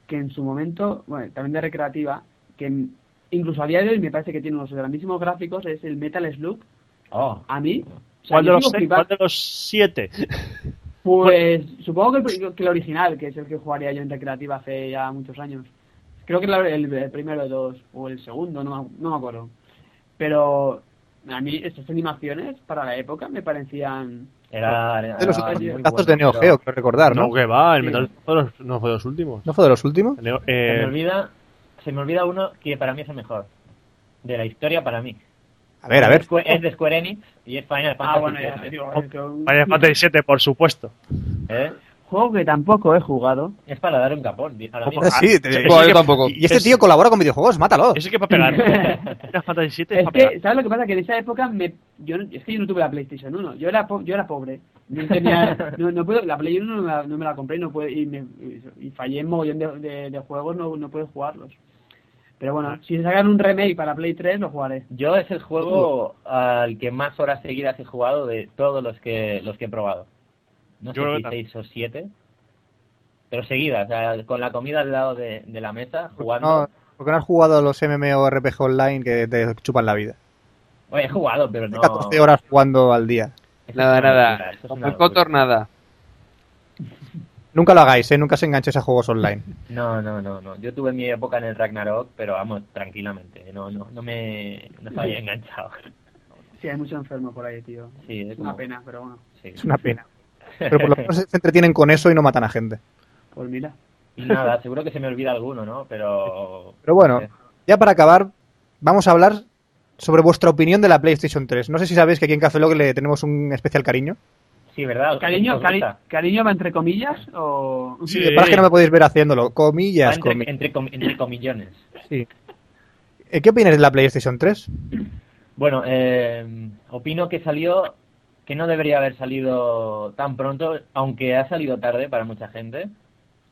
que en su momento, bueno, también de recreativa, que m- incluso a día de hoy me parece que tiene unos grandísimos gráficos, es el Metal Slug.
Oh,
A mí. o sea,
¿Cuál de
yo
los
sigo
seis?
flipando.
¿Cuál de los siete?
Pues supongo que el, pri- que el original, que es el que jugaría yo en Recreativa hace ya muchos años. Creo que era el, el primero de dos, o el segundo, no, me- no me acuerdo. Pero a mí estas animaciones para la época me parecían...
era... era
De los
muy
tazos de Neo
bueno, pero
Geo, creo recordar,
No,
¿no?
que va, el
Sí.
Metal Slug fue de los- no fue de los últimos.
¿No fue de los últimos?
El Neo-
Se me,
eh,
olvida, se me olvida uno que para mí es el mejor. De la historia para mí.
A ver, a ver.
Es de Square- Es de Square Enix y es Final Fantasy.
Ah, bueno, ya,
VII,
digo,
Oh,
que un
Final Fantasy VII, por supuesto.
¿eh?
juego que tampoco he jugado.
Es para dar un capón. di- ahora mismo.
Ah, sí, te-
Ese
Bueno, yo
que-
tampoco.
Y este tío colabora con videojuegos, mátalo.
Ese que es para pegar. Final Fantasy VII es
Es
para pegar.
que, ¿sabes lo que pasa? Que en esa época me, yo, no- es que yo no tuve la PlayStation 1, yo era, po- yo era pobre. No tenía- no, no puedo, la Play 1 no me la, no me la compré y, no pude, y, me, y- y fallé en mogollón de, de- de juegos, no, no puedo jugarlos. Pero bueno, si sacan un remake para Play 3, lo jugaré.
Yo es el juego al que más horas seguidas he jugado de todos los que los que he probado. No
Yo creo
sé si
que
seis o siete. Pero seguidas, o sea, con la comida al lado de, de la mesa, jugando.
Pues No, porque no has jugado a los MMORPG online que te chupan la vida.
Oye, he jugado, pero no.
14 horas jugando al día.
Eso es
Nada,
una
nada.
locura, eso es
Con
una
el Cotor,
locura.
nada.
Nunca lo hagáis, ¿eh? Nunca os enganchéis a juegos online.
No, no, no, no. Yo tuve mi época en el Ragnarok, pero vamos, tranquilamente. No, no, no me, no me había enganchado.
Sí, hay mucho enfermo por ahí, tío.
Sí, es
Es una
como-
pena, pero bueno,
sí.
Es una pena. Pero por lo menos se entretienen con eso y no matan a gente.
pues mira.
Y nada, seguro que se me olvida alguno, ¿no? Pero. eh,
Pero bueno, ya para acabar, vamos a hablar sobre vuestra opinión de la PlayStation 3. No sé si sabéis que aquí en Café Log le tenemos un especial cariño.
Sí, ¿verdad?
Cariño,
Os
cari-
gusta.
cariño va entre comillas o...
Sí.
Lo que pasa es que no me podéis ver haciéndolo.
Va
Comillas,
entre,
comillas.
entre comi- entre comillones.
Sí. Eh, ¿Qué opináis de la PlayStation 3?
Bueno, eh, opino que salió, que no debería haber salido tan pronto, aunque ha salido tarde para mucha gente.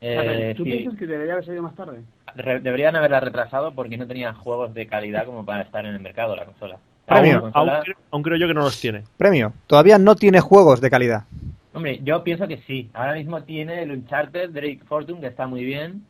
Eh,
¿Tú
sí,
piensas que debería haber salido más tarde?
re- deberían haberla retrasado porque no tenía juegos de calidad como para estar en el mercado la consola.
Para mí
Aún,
no.
la
Aún,
consola-
creo- aún creo yo que no los tiene.
Premio. Todavía no tiene juegos de calidad.
Hombre, yo pienso que sí. Ahora mismo tiene el Uncharted, Drake Fortune, que está muy bien.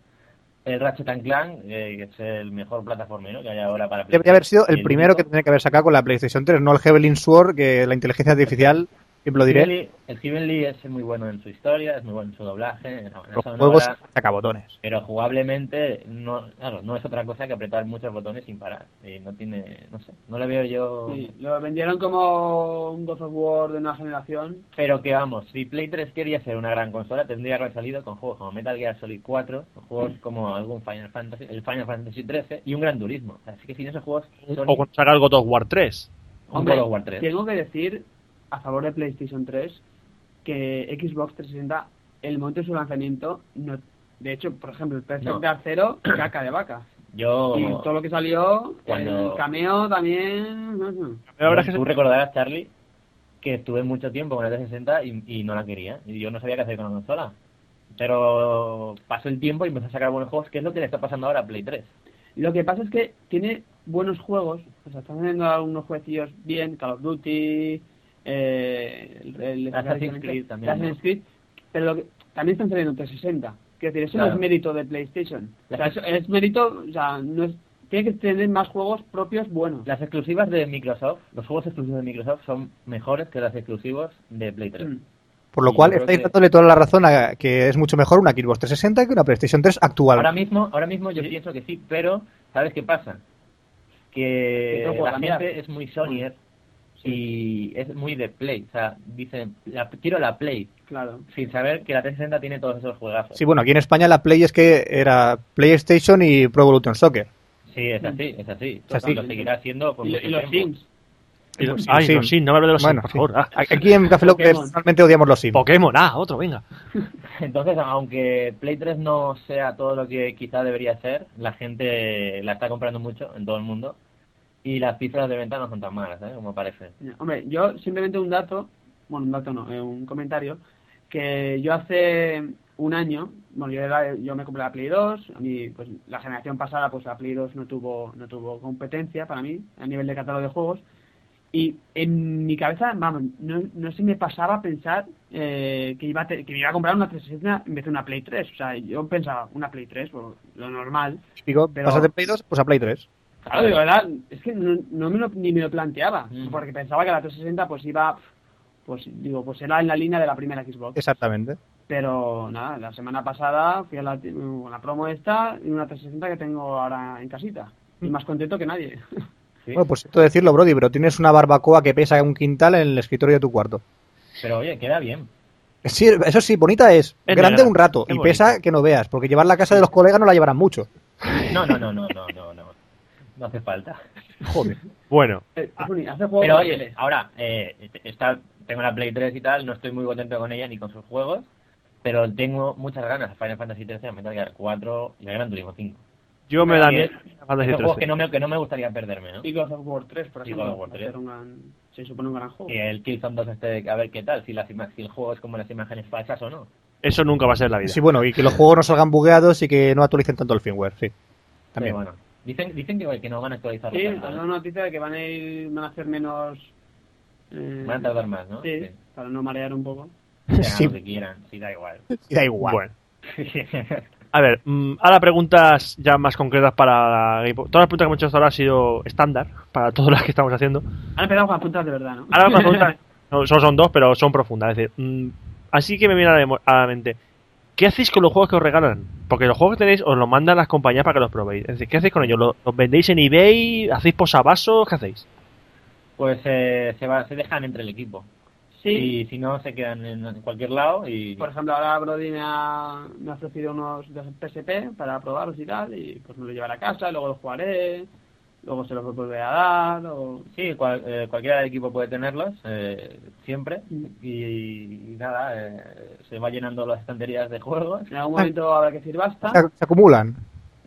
El Ratchet and Clank, eh, que es el mejor plataformero que hay ahora para
Debería haber sido
Y
el primero que
único-
tendría que haber sacado con la PlayStation 3, no el Heavenly Sword, que la inteligencia artificial, siempre lo diré,
Heavenly- El Heavenly es muy bueno en su historia, es muy bueno en su doblaje, en la banda
los
sonora,
juegos sacabotones.
pero jugablemente no, claro, no es otra cosa que apretar muchos botones sin parar. Eh, no tiene, no sé, no le veo yo.
Sí, lo vendieron como un God of War de una generación.
Pero que vamos, si Play 3 quería ser una gran consola, tendría que haber salido con juegos como Metal Gear Solid 4, con juegos como algún Final Fantasy, el Final Fantasy 13 y un Gran Turismo. Así que sin esos juegos son
O cuando saca el God of War 3.
un
Hombre,
God of War 3.
tengo que decir a favor de PlayStation 3 que Xbox 360, el monte de su lanzamiento, no, de hecho, por ejemplo, el Perfect
No.
Dark Zero, caca de vaca.
Yo
Y todo lo que salió,
Cuando-
el cameo también. no, no.
La verdad es que
tú
se-
recordarás, Charlie, que estuve mucho tiempo con el 360 y, y no la quería. Y yo no sabía qué hacer con la consola. Pero pasó el tiempo y empezó a sacar buenos juegos, que es lo que le está pasando ahora a Play 3.
Lo que pasa es que tiene buenos juegos, o sea, están haciendo algunos jueguecillos bien, Call of Duty, eh, el, el-
Assassin's Creed también,
Assassin's
¿no?
Creed, pero lo que- también están saliendo en 360. Quiero decir, eso no
Claro.
es mérito de PlayStation. O sea,
Las-
eso es mérito, o sea, no es, tiene que tener más juegos propios buenos.
Las exclusivas de Microsoft, los juegos exclusivos de Microsoft son mejores que los exclusivos de Play 3.
Mm.
Por lo
Sí,
cual
yo creo
estáis
que-
dándole toda la razón a que es mucho mejor una Xbox 360 que una PlayStation 3 actual.
Ahora mismo, ahora mismo yo
Sí.
pienso que sí, pero ¿sabes qué pasa?
Que
Que
no puedo
la
cambiar.
gente es muy Sonyer y es muy de Play. O sea, dicen, la- quiero la Play,
Claro.
sin saber que la 360 tiene todos esos juegazos.
Sí, bueno, aquí en España la Play es que era PlayStation y Pro Evolution Soccer.
Sí, es así, es así.
Es así.
Y lo seguirá haciendo por
Y, lo-
mucho
y los
tiempo.
Sims.
Y los-
Pues sí,
Ay,
sí.
los Sims, no me hables de los Sims,
Bueno,
por
sí.
favor. Ah,
Aquí en Café Lock
Pokémon.
personalmente odiamos los Sims.
Pokémon, ah, otro, venga.
Entonces, aunque Play 3 no sea todo lo que quizá debería ser, la gente la está comprando mucho en todo el mundo. Y las cifras de venta no son tan malas, ¿eh? Como parece.
Hombre, yo simplemente un dato, bueno, un dato no, eh, un comentario, que yo hace un año, bueno, yo, era- yo me compré la Play 2, a mí, pues la generación pasada, pues la Play 2 no tuvo, no tuvo competencia para mí a nivel de catálogo de juegos, y en mi cabeza, vamos, no, no se me pasaba pensar eh, que, iba a te- que me iba a comprar una 360 en vez de una Play 3, o sea, yo pensaba, una Play 3, por lo normal,
Digo,
Pero-
pasas de Play 2 pues a Play 3.
Claro, Ah, de verdad, es que no, no me lo, ni me lo planteaba,
Mm.
porque pensaba que la 360 pues iba, pues digo, pues era en la línea de la primera Xbox.
Exactamente.
Pero nada, la semana pasada fui a la, ti- uh, a la promo esta y una 360 que tengo ahora en casita.
Mm.
Y más contento que nadie.
Sí.
Bueno, pues esto decirlo, Brody, pero tienes una barbacoa que pesa un quintal en el escritorio de tu cuarto.
Pero oye, queda bien.
Sí, eso sí, bonita es.
Es
grande
negra.
un rato
Qué
y
bonita.
pesa que no veas, porque llevarla a casa de los colegas no la llevarán mucho.
No, no, no, no, no, no, no. No hace falta.
Joder.
Bueno,
Eh, es bonito, hace juego
Ah, Pero
con
oye,
tele.
ahora, eh, está, tengo la Play 3 y tal, no estoy muy contento con ella ni con sus juegos, pero tengo muchas ganas a Final Fantasy 13, a Metal Gear 4 y a Gran Turismo 5.
yo me
Pero
da
que-
miedo. Fantasy
Son juegos
13.
que no, me, que no me gustaría perderme, ¿no?
Y God of War 3,
Y
por ejemplo.
God of War
va a ser
3.
un gran- se supone un gran juego.
Y el Killzone 2 este, a ver qué tal, si, las ima- si el juego es como las imágenes falsas o no.
Eso nunca va a ser la vida.
Sí, bueno, y que los juegos no salgan bugueados y que no actualicen tanto el firmware, sí. También.
Pero bueno, dicen, dicen que, que no van a actualizar
Sí, ha dado una noticia de que van a ir, van a hacer menos... eh,
Van a tardar más, ¿no?
sí, para no marear un poco.
Que hagan
Sí.
lo que quieran, sí, da igual.
Y da igual.
Bueno. A ver, mm, ahora preguntas ya más concretas para Game Boy. Todas las preguntas que hemos hecho hasta ahora han sido estándar para todas las que estamos haciendo.
Han empezado con las puntas de verdad, ¿no?
Ahora las preguntas no, solo son dos, pero son profundas. Es decir, mm, así que me viene a la, memo- a la mente. ¿Qué hacéis con los juegos que os regalan? Porque los juegos que tenéis os los mandan las compañías para que los probéis. Es decir, ¿qué hacéis con ellos? ¿Los, los vendéis en eBay? ¿Hacéis posavasos? ¿Qué hacéis?
Pues eh, se, va, se dejan entre el equipo.
sí,
Y si no, se quedan en, en cualquier lado y...
Por ejemplo, ahora Brody me ha, me ha ofrecido unos de PSP para probarlos y tal, y pues me lo llevaré a casa, luego los jugaré, luego se los volveré a dar, o...
Sí, cual- eh, cualquiera del equipo puede tenerlos, eh, siempre. Y, y nada, eh, se va llenando las estanterías de juegos,
En algún momento habrá que decir basta.
Se, se acumulan.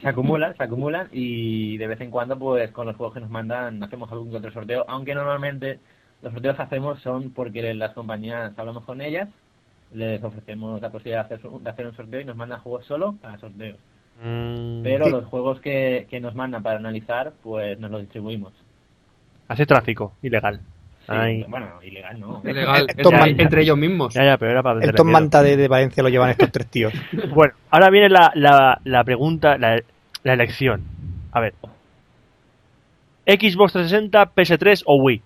se acumulan, se acumulan y de vez en cuando, pues con los juegos que nos mandan, hacemos algún que otro sorteo. Aunque normalmente los sorteos que hacemos son porque las compañías hablamos con ellas, les ofrecemos la posibilidad de hacer, su- de hacer un sorteo y nos mandan juegos solo para sorteos.
Mm.
Mm,
Pero
Sí.
los juegos que, que nos mandan para analizar, pues nos los distribuimos.
Hace tráfico ilegal.
Sí,
Ay.
Bueno, ilegal no.
Ilegal.
Eh,
Entre-
toma-
entre ellos mismos.
Ya, ya, pero era para
El
venderle
Tom
miedo.
Manta de, de Valencia lo llevan estos tres tíos.
Bueno, ahora viene la, la, la pregunta, la, la elección. A ver. Xbox 360, PS3 o Wii.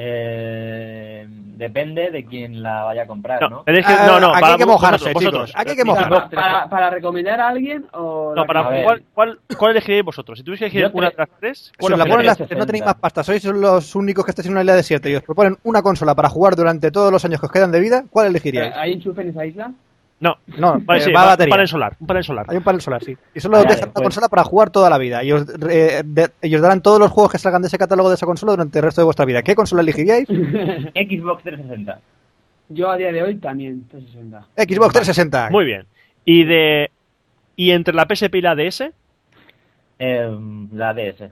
Eh, depende de quién la vaya a comprar,
No,
¿no?
tenéis que-
Ah,
no, no,
aquí
para
hay que mojarse,
vosotros,
chicos.
vosotros.
Aquí hay que
No,
mojarse.
Vamos,
¿Para, para, para recomendar a alguien o...?
No,
la
A
para,
ver.
¿cuál, cuál, cuál elegiréis vosotros? Si tuvieseis que elegir
Yo
una de
tres.
las tres,
Si
¿cuál
os la ponen
elegiréis?
las tres, no tenéis más pasta, sois los únicos que estáis en una isla desierta y os proponen una consola para jugar durante todos los años que os quedan de vida, ¿cuál
que-
elegiríais?
¿Hay enchufe en esa isla?
No,
No,
Eh, vale,
eh,
sí,
va
va-
a
un
batería.
panel solar, un panel solar.
Hay un panel solar, sí. Y solo os
Vale,
dejan una
pues.
consola para jugar toda la vida. Y os, eh, de- y os darán todos los juegos que salgan de ese catálogo de esa consola durante el resto de vuestra vida. ¿Qué consola elegiríais?
Xbox 360.
Yo a día de hoy también, 360.
Xbox 360.
Muy bien. Y de y entre la PSP y la DS,
Eh, la DS.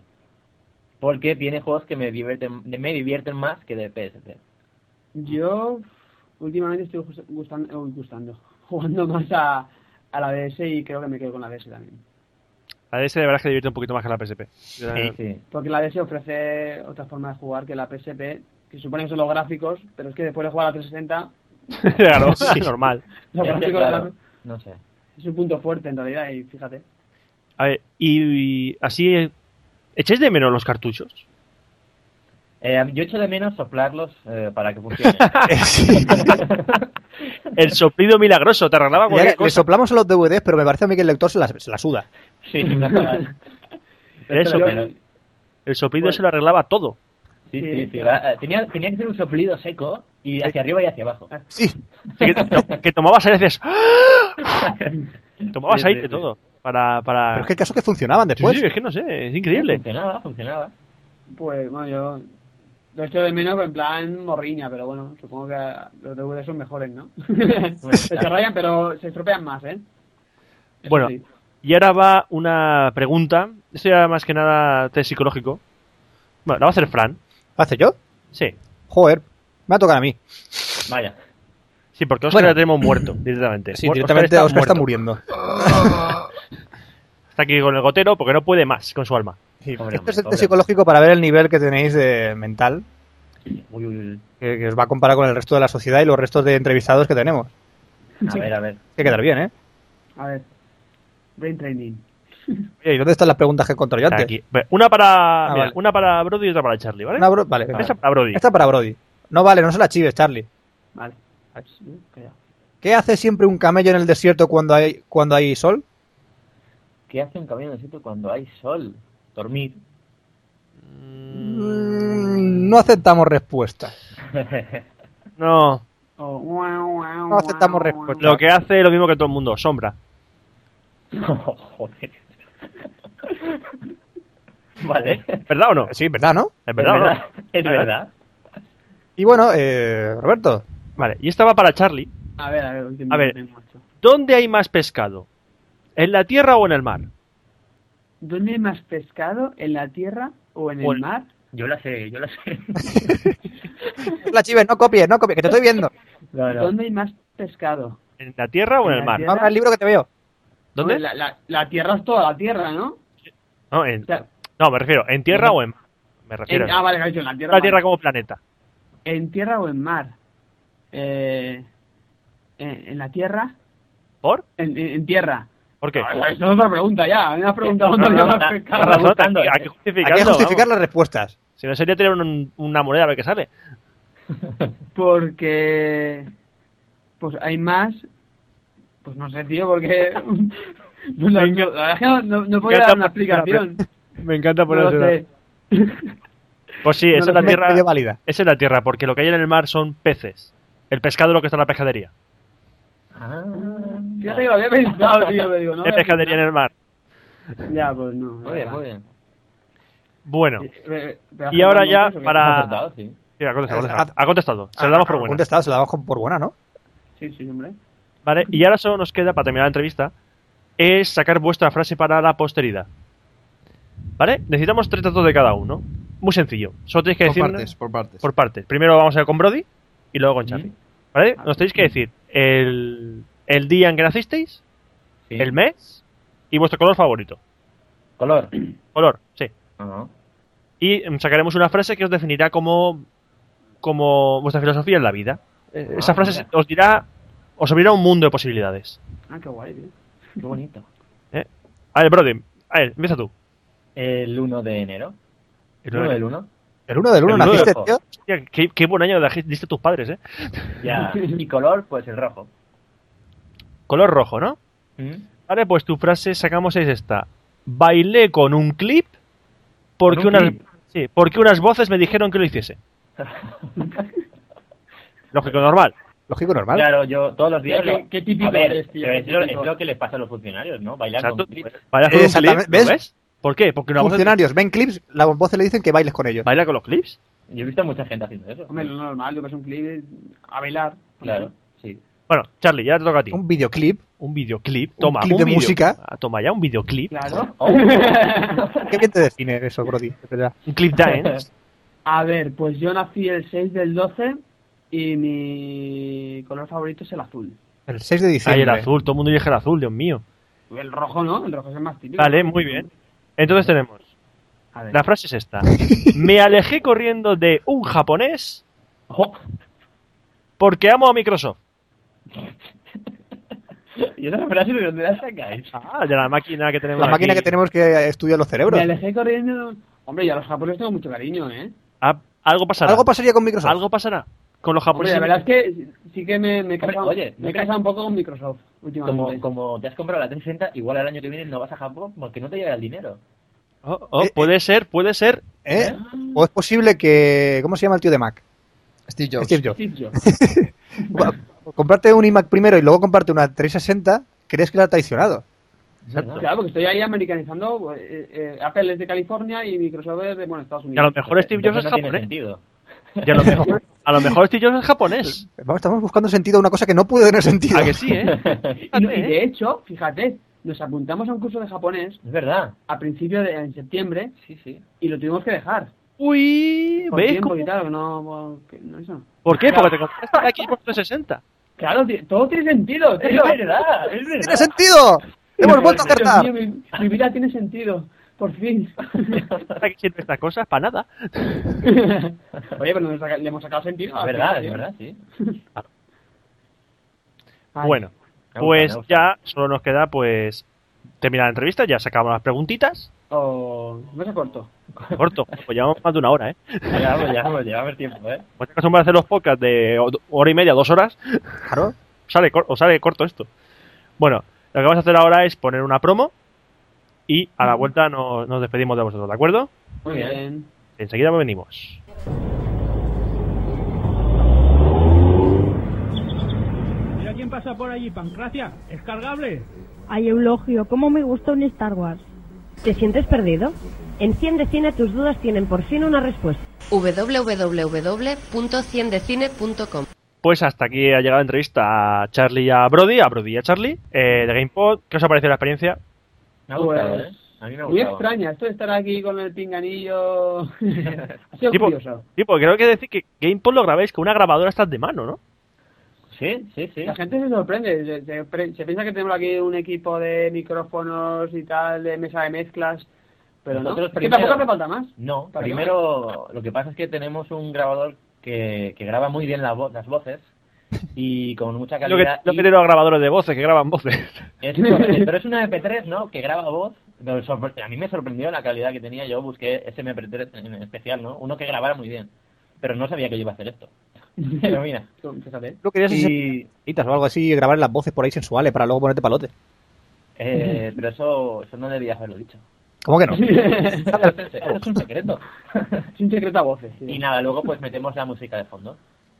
Porque tiene juegos que me divierten, me divierten más que de PSP.
Yo últimamente estoy gust- gustando, uy, gustando, jugando más a, a la DS y creo que me quedo con la DS también.
La DS de verdad es que divierte un poquito más que la PSP. Yo la-
Sí.
Porque la DS ofrece otra forma de jugar que la PSP, que supone que son los gráficos, pero es que después de jugar a la 360,
claro, normal.
los
Es que,
gráficos
claro,
eran-
no sé.
es un punto fuerte en realidad y fíjate.
A ver, y, y así. eh, ¿Echáis de menos los cartuchos?
Eh, yo echo de menos soplarlos eh, para que funcionen.
El soplido milagroso, te arreglaba
Ya
cualquier
le
cosa.
soplamos a los DVDs, pero me parece a mí que el lector se la, se la suda.
sí, claro.
El,
Pero
sopl-
menos.
el soplido se lo arreglaba todo.
Sí, sí, sí, va- eh, Tenía, tenía que ser un soplido seco y hacia arriba y hacia abajo.
Ah,
Sí.
Así que, to- que tomabas aire y decías, ¡ah! Tomabas
Sí,
aire de
sí, sí.
todo. Para. para...
Pero es que el caso es que funcionaban
Ah. Sí,
después.
sí, es que no sé, es increíble.
Funcionaba, funcionaba.
Pues bueno, yo lo echo de menos en plan morriña, pero bueno, supongo que los DVDs son mejores, ¿no?
Pues
se rayan, pero se estropean más, ¿eh? Eso
Bueno,
sí.
Y ahora va una pregunta. Esto ya más que nada test psicológico. Bueno, la va a hacer Fran.
¿Hace yo?
Sí.
Joder, me va a tocar a mí.
Vaya.
Sí, porque Oscar
Bueno.
ya tenemos muerto directamente.
Sí,
Oscar
directamente Oscar está
muerto.
muriendo.
Está aquí con el gotero porque no puede más con su alma.
Sí.
Pobre
Este
hombre,
es el test
pobre.
psicológico para ver el nivel que tenéis de mental,
Uy, uy, uy.
que, que os va a comparar con el resto de la sociedad y los restos de entrevistados que tenemos.
A ver, a ver.
Hay que quedar bien, ¿eh?
A ver, brain training.
Oye, ¿y dónde están las preguntas que encontré yo
Está
antes?
aquí. Bueno, Una para,
Ah,
mira,
vale.
una para Brody y otra para Charlie, ¿vale?
Una bro- Vale,
Esa para Brody.
Esta para Brody. No vale, no se la chives, Charlie.
Vale. Sí, calla.
¿Qué hace siempre un camello en el desierto cuando hay, cuando hay sol?
¿Qué hace un camión en el sitio cuando hay sol? Dormir.
Mm, No aceptamos respuesta.
No,
O Oh, guau, guau,
No aceptamos
guau,
respuesta.
guau.
lo que hace es lo mismo que todo el mundo, sombra.
joder. vale.
¿Verdad o no?
Sí, ¿verdad, no?
Es
Es
verdad, o no?
verdad. Es verdad.
Y bueno, eh, Roberto,
Vale, y esta va para Charlie.
A ver, a ver, último
A ver.
tema, macho.
¿Dónde hay más pescado? ¿En la tierra o en el mar?
¿Dónde hay más pescado? ¿En la tierra o en el
Bueno.
mar?
Yo la sé, yo la sé.
no la chives, no copies, no copies, que te estoy viendo.
No, no.
¿Dónde hay más pescado?
¿En la tierra o en
En
el
la
mar?
tierra.
Abra el libro que te veo.
¿Dónde?
Hombre, Pues La, la- la tierra es toda la tierra, ¿no?
No, en-
O sea,
no, me refiero, ¿en tierra o en mar? Me
en-
refiero.
ah, vale, que has dicho en la tierra.
la
vale.
tierra como planeta.
¿En tierra o en mar? Eh, en, en la tierra?
¿Por?
En, en- en tierra.
¿Por qué?
Ah, Eso es otra pregunta ya. Me has preguntado
No,
dónde
no,
hay más
no,
pescado.
Con razón,
buscando,
hay, hay que
eh.
justificarlo.
Hay que justificar
vamos.
las respuestas.
Si no sería tener un- una moneda a ver qué sale.
Porque. Pues hay más. Pues no sé, tío, porque. No, la, la verdad es que no, no, no podía
encanta
dar una
poner la
explicación.
Me encanta
No lo sé.
Pues sí,
No
esa
lo
es la
sé.
tierra.
Medio válida.
Esa es la tierra, porque lo que hay en el mar son peces. El pescado es lo que está en la pescadería.
Ah.
Fíjate que lo había pensado, tío, pero digo, no.
¿Qué pescadería en el mar?
Ya, pues no.
Muy bien, muy bien.
Bueno,
Eh, eh,
Y ahora ya
¿o qué?
para- Ah.
Acertado, sí.
sí, ha contestado.
Ah,
ha contestado. Ha contestado. Se lo damos por
Ah,
bueno.
contestado, se la damos por buena, ¿no?
Sí, sí, hombre.
Vale, y ahora solo nos queda, para terminar la entrevista, es sacar vuestra frase para la posteridad. ¿Vale? Necesitamos tres datos de cada uno. Muy sencillo. Solo tenéis que
Por
decir
partes, por partes.
por partes. Primero vamos a ir con Brody y luego con
¿Mm?
Charlie. ¿Vale?
Ah,
Nos tenéis que decir el, el día en que nacisteis,
Sí.
el mes y vuestro color favorito.
color.
Color, sí.
Ah,
Ajá.
Y em, sacaremos una frase que os definirá como, como vuestra filosofía en la vida. Eh, Esa
Ah,
frase
mira.
os dirá, os abrirá un mundo de posibilidades.
Ah, qué guay, tío.
Qué bonito.
A ver, Brody, a ver, empieza tú.
El 1 de enero.
El
El 1
uno
del 1.
El 1 del 1
El uno
naciste,
del-
tío.
Hostia, qué, qué buen año daj- diste a tus padres, ¿eh?
Ya. Y color, pues el rojo.
Color rojo, ¿no?
¿Mm?
Vale, pues tu frase sacamos es esta. Bailé con un clip porque,
¿Con
unas,
un clip?
sí, porque unas voces me dijeron que lo hiciese. Lógico, normal.
Lógico, normal.
Claro, yo todos los días.
Qué-
lo-
qué típico
a ver,
eres, tío,
pero
qué
es, lo,
típico.
es lo que les pasa a los funcionarios, ¿no? Bailar
Exacto.
con clip.
Baila con un clip,
Exactamente,
¿lo
¿ves?
¿ves? ¿Por qué? Porque una voz
Funcionarios, ven clips, las voces le dicen que bailes con ellos.
baila con los clips.
Yo he visto a mucha gente haciendo eso.
Hombre, lo normal, yo que es un clip a bailar.
Claro, sí.
Bueno, Charlie, ya te toca a ti.
Un videoclip.
Un videoclip.
un
Toma,
clip de
video-
música.
Ah, Toma ya, un videoclip.
Claro.
Oh,
¿Qué bien te define eso, Brody?
¿eh? Un clip dance.
A ver, pues yo nací el 6 del 12 y mi color favorito es el azul.
El 6 de
Ay,
diciembre.
el azul, todo el mundo dice el azul, Dios mío.
El rojo, ¿no? El rojo es el más típico.
Vale, muy bien. Entonces tenemos,
A ver.
la frase es esta. Me alejé corriendo de un japonés
Ojo.
porque amo a Microsoft.
¿Y esa frase de dónde la sacáis?
Ah, de la máquina que tenemos
La máquina
aquí.
que tenemos que estudiar los cerebros.
Me alejé corriendo. de un- Hombre, yo a los japoneses tengo mucho cariño, ¿eh?
Ah, algo pasará.
Algo pasaría con Microsoft.
Algo pasará. Con
Ah,
los
Hombre,
japoneses.
la verdad es que sí que me, me, casa,
pues oye,
me casa un poco con Microsoft
Como,
últimamente.
como te has comprado la 360, igual al año que viene no vas a Japón porque no te llega el dinero.
Oh, oh,
Eh, eh.
puede ser, puede ser.
¿Eh? O es posible que. ¿Cómo se llama el tío de Mac?
Steve Jobs.
Steve Jobs.
Steve Jobs.
Comprarte un iMac primero y luego comprarte una 360, crees que la ha traicionado.
Exacto.
Claro, porque estoy ahí americanizando. eh, eh, Apple es de California y Microsoft es de bueno, Estados
Y a lo
Unidos.
mejor Steve Jobs es
no tiene
japonés.
sentido.
Y a lo mejor, a lo mejor Steve Jobs es japonés.
Vamos, estamos buscando sentido a una cosa que no puede tener sentido.
A que sí, ¿eh?
Y, no- y
Fíjate,
de
¿eh?
hecho, fíjate, nos apuntamos a un curso de japonés
Es verdad.
a principio de en septiembre
Sí, sí.
y lo tuvimos que dejar.
Uy,
Por
¿ves?
tiempo
cómo-
y tal, que no, que no hizo.
¿Por qué? Porque te compraste la Xbox 360.
Claro, ti- todo tiene sentido,
Es
tío.
verdad, es
¡Tiene
verdad.
sentido! ¡Hemos vuelto a
Dios mío,
acertar!
mi, mi vida tiene sentido, por fin.
¿Para qué sirven estas cosas? Para nada.
Oye, pero nos saca- le hemos sacado sentido.
Es
Ah,
al
verdad,
final,
es
tío.
verdad, sí.
Ay.
Bueno,
Me gusta,
pues
me gusta.
ya solo nos queda pues terminar la entrevista, ya sacamos las preguntitas.
O... No se oh, corto.
Corto, pues llevamos más de una hora, ¿eh?
Llevamos, llevamos, llevamos tiempo, ¿eh?
Pues acostumbras a hacer los podcasts de o- hora y media, dos horas,
Claro.
sale, cor- os sale corto esto. Bueno, lo que vamos a hacer ahora es poner una promo y a la vuelta nos, nos despedimos de vosotros, ¿de acuerdo?
Muy
Muy bien.
bien.
Enseguida venimos.
Mira quién pasa por allí, Pancracia. ¿Es cargable?
Ay, Eulogio, cómo me gusta un Star Wars.
¿Te sientes perdido? En 100 de Cine tus dudas tienen por fin una respuesta. www.ciendecine.com
Pues hasta aquí ha llegado la entrevista a Charlie y a Brody, a Brody y a Charlie, eh, de GamePod. ¿Qué os ha parecido la experiencia?
Me ha gustado,
Pues,
¿eh? A mí me ha
Muy
gustado.
extraña, esto de estar aquí con el pinganillo. ha sido
Tipo,
curioso.
tipo, creo que decir que GamePod lo grabáis con una grabadora estas de mano, ¿no?
Sí, sí, sí.
La gente se sorprende, se, se pre- se piensa que tenemos aquí un equipo de micrófonos y tal, de mesa de mezclas, pero no.
Nosotros
Es que
primero-
tampoco hace falta más.
No,
¿Para
primero lo que pasa es que tenemos un grabador que, que graba muy bien la vo- las voces y con mucha
Lo que,
calidad.
lo
y
que tienen los grabadores de voces, que graban voces.
es correcto, pero es una MP3, ¿no? Que graba voz. Pero sorpre- a mí me sorprendió la calidad que tenía. Yo busqué ese MP3 en especial, ¿no? Uno que grabara muy bien. Pero no sabía que yo iba a hacer esto. Pero mira.
Fíjate.
Lo querías hacer
Y,
o algo así, grabar las voces por ahí sensuales para luego ponerte palote.
eh, pero eso, eso no debías haberlo dicho.
¿Cómo que no?
Eso es un secreto.
Es un secreto a voces. sí.
Y nada, luego pues metemos la música de fondo.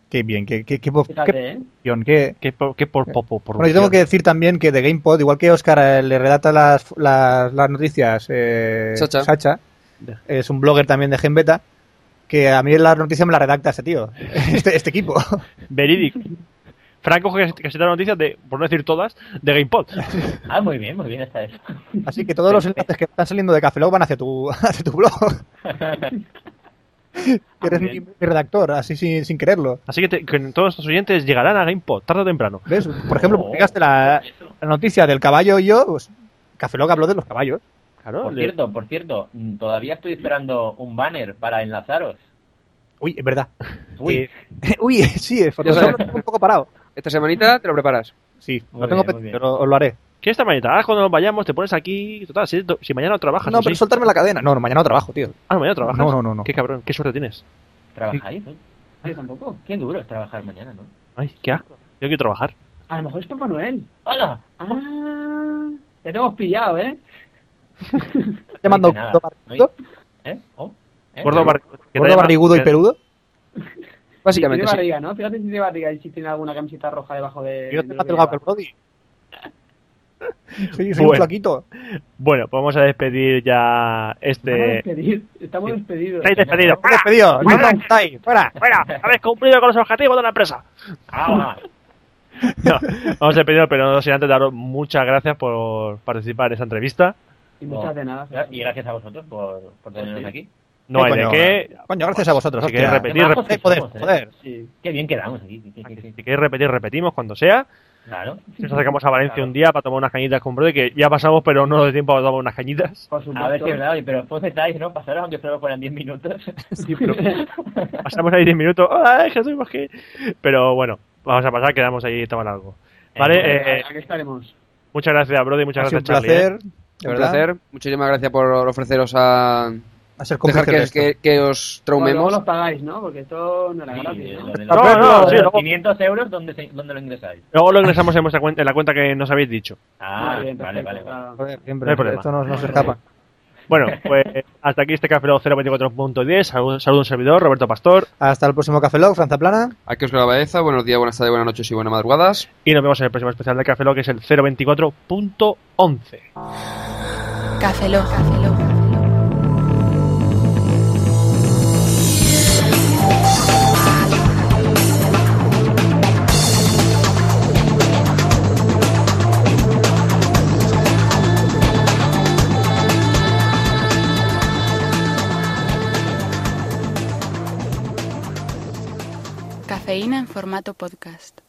Qué bien, qué, qué, qué, voz-
Fíjate,
qué
¿eh?
opción, qué-
Que por, que por, por, por- por
Bueno, yo tengo que
opción.
decir también que de GamePod, igual que Oscar eh, le redacta las, las, las noticias, eh,
Sacha.
es un blogger también de Genbeta, que a mí las noticias me las redacta este tío, este, este equipo.
Verídico. Franco que, que se da noticias de, por no decir todas, de GamePod.
Ah, muy bien, muy bien está eso.
Así que todos los enlaces que están saliendo de Café Lock van hacia tu, hacia tu blog. que eres mi, mi redactor, así sin, sin quererlo.
Así que, te- que todos nuestros oyentes llegarán a GamePod, tarde o temprano.
¿Ves? Por ejemplo,
Oh.
publicaste la, la noticia del caballo y yo, pues Café Lock habló de los caballos.
Claro,
Por
de-
cierto, por cierto, mm, todavía estoy esperando un banner para enlazaros.
Uy, es verdad. Eh,
Uy,
Uy, sí, es porque
Ya sabes.
estoy un poco parado.
Esta semanita te lo preparas.
Sí,
Muy
lo tengo
bien, muy
pendiente,
bien.
pero os lo haré.
¿Qué esta mañana? Ahora cuando nos vayamos te pones aquí. Total, si, si mañana no trabajas.
No,
¿o
pero
sí?
soltarme la cadena. No, no, mañana no trabajo, tío.
Ah, mañana trabajas.
No, no, no, no.
Qué cabrón, qué suerte tienes.
¿trabajáis? hoy?
Yo tampoco.
Qué duro es trabajar mañana, ¿no?
Ay, qué asco. Yo quiero trabajar.
A lo mejor es Papá Noel.
¡Hola!
Ah, te hemos pillado, ¿eh?
¿Estás llamando
nada,
gordo barrigudo?
¿Eh? ¿Oh? ¿Eh?
Gordo, bar- que te
gordo
llama-
barrigudo y
que-
peludo?
Básicamente,
tiene
sí.
barriga, ¿no? Fíjate si tiene barriga y si tiene alguna camiseta roja debajo de...
Yo
de
estoy
lo
más
que
delgado que el
lleva.
Brody. Sí, soy un
Bueno.
flaquito.
Bueno, pues vamos a despedir ya
Estamos
este.
despedidos. Estamos despedidos.
Estáis despedidos. ¡Fuera!
Despedido, no
¡Fuera!
preguntáis, fuera.
¡Fuera! Habéis cumplido con los objetivos de la empresa.
¡Ah!
No, vamos a despedirnos, pero no sin antes daros muchas gracias por participar en esta entrevista.
Y muchas de nada.
Y gracias a vosotros por, por tenernos aquí.
No hay
Eh, coño,
de qué.
Coño, gracias a vosotros.
Si queréis
hostia.
repetir,
Qué majos
repetir,
Eh, joder,
somos, ¿eh?
joder.
Sí.
Qué bien quedamos aquí. qué- qué- qué-
si queréis repetir, repetimos cuando sea.
Claro.
Si Nos acercamos a Valencia un día para tomar unas cañitas con Brody, que ya pasamos, pero no nos da tiempo a tomar unas cañitas.
Por
A
supuesto.
ver si verdad, oye, pero después estáis, ¿no? Pasaron aunque solo fueran 10 minutos.
Pasamos ahí 10 minutos. ¡Ay, Jesús, ¿por qué? Pero bueno, vamos a pasar, quedamos ahí a tomar algo. Vale, eh,
Aquí estaremos.
muchas gracias, Brody, muchas
Ha sido
gracias,
un
Charlie.
placer.
¿eh?
de
Un
verdad.
placer. Muchísimas gracias por ofreceros a
A ser cómplice de
dejar que,
esto.
que- que os
Bueno, luego
traumemos.
los pagáis, ¿no? Porque esto no era
Sí, lo
gratis. ¿no?
de los-
No, no,
lo de
sí,
los
luego-
500 euros, ¿dónde, se- ¿dónde lo ingresáis?
Luego lo ingresamos en, vuestra cuenta, en la cuenta que nos habéis dicho.
Ah,
Muy bien,
vale, vale,
perfecto.
vale.
Joder,
No
siempre,
hay problema.
esto no, no se escapa.
Bueno, pues hasta aquí este Café Lock 024.10. Saludo, saludo a un servidor, Roberto Pastor,
Hasta el próximo Café Log, Franza Plana.
Aquí os Baeza. Buenos días, buenas tardes, buenas noches y buenas madrugadas.
y nos vemos en el próximo especial de Café Lock, que es el 024.11.
Café Lock. Cafeína en formato podcast.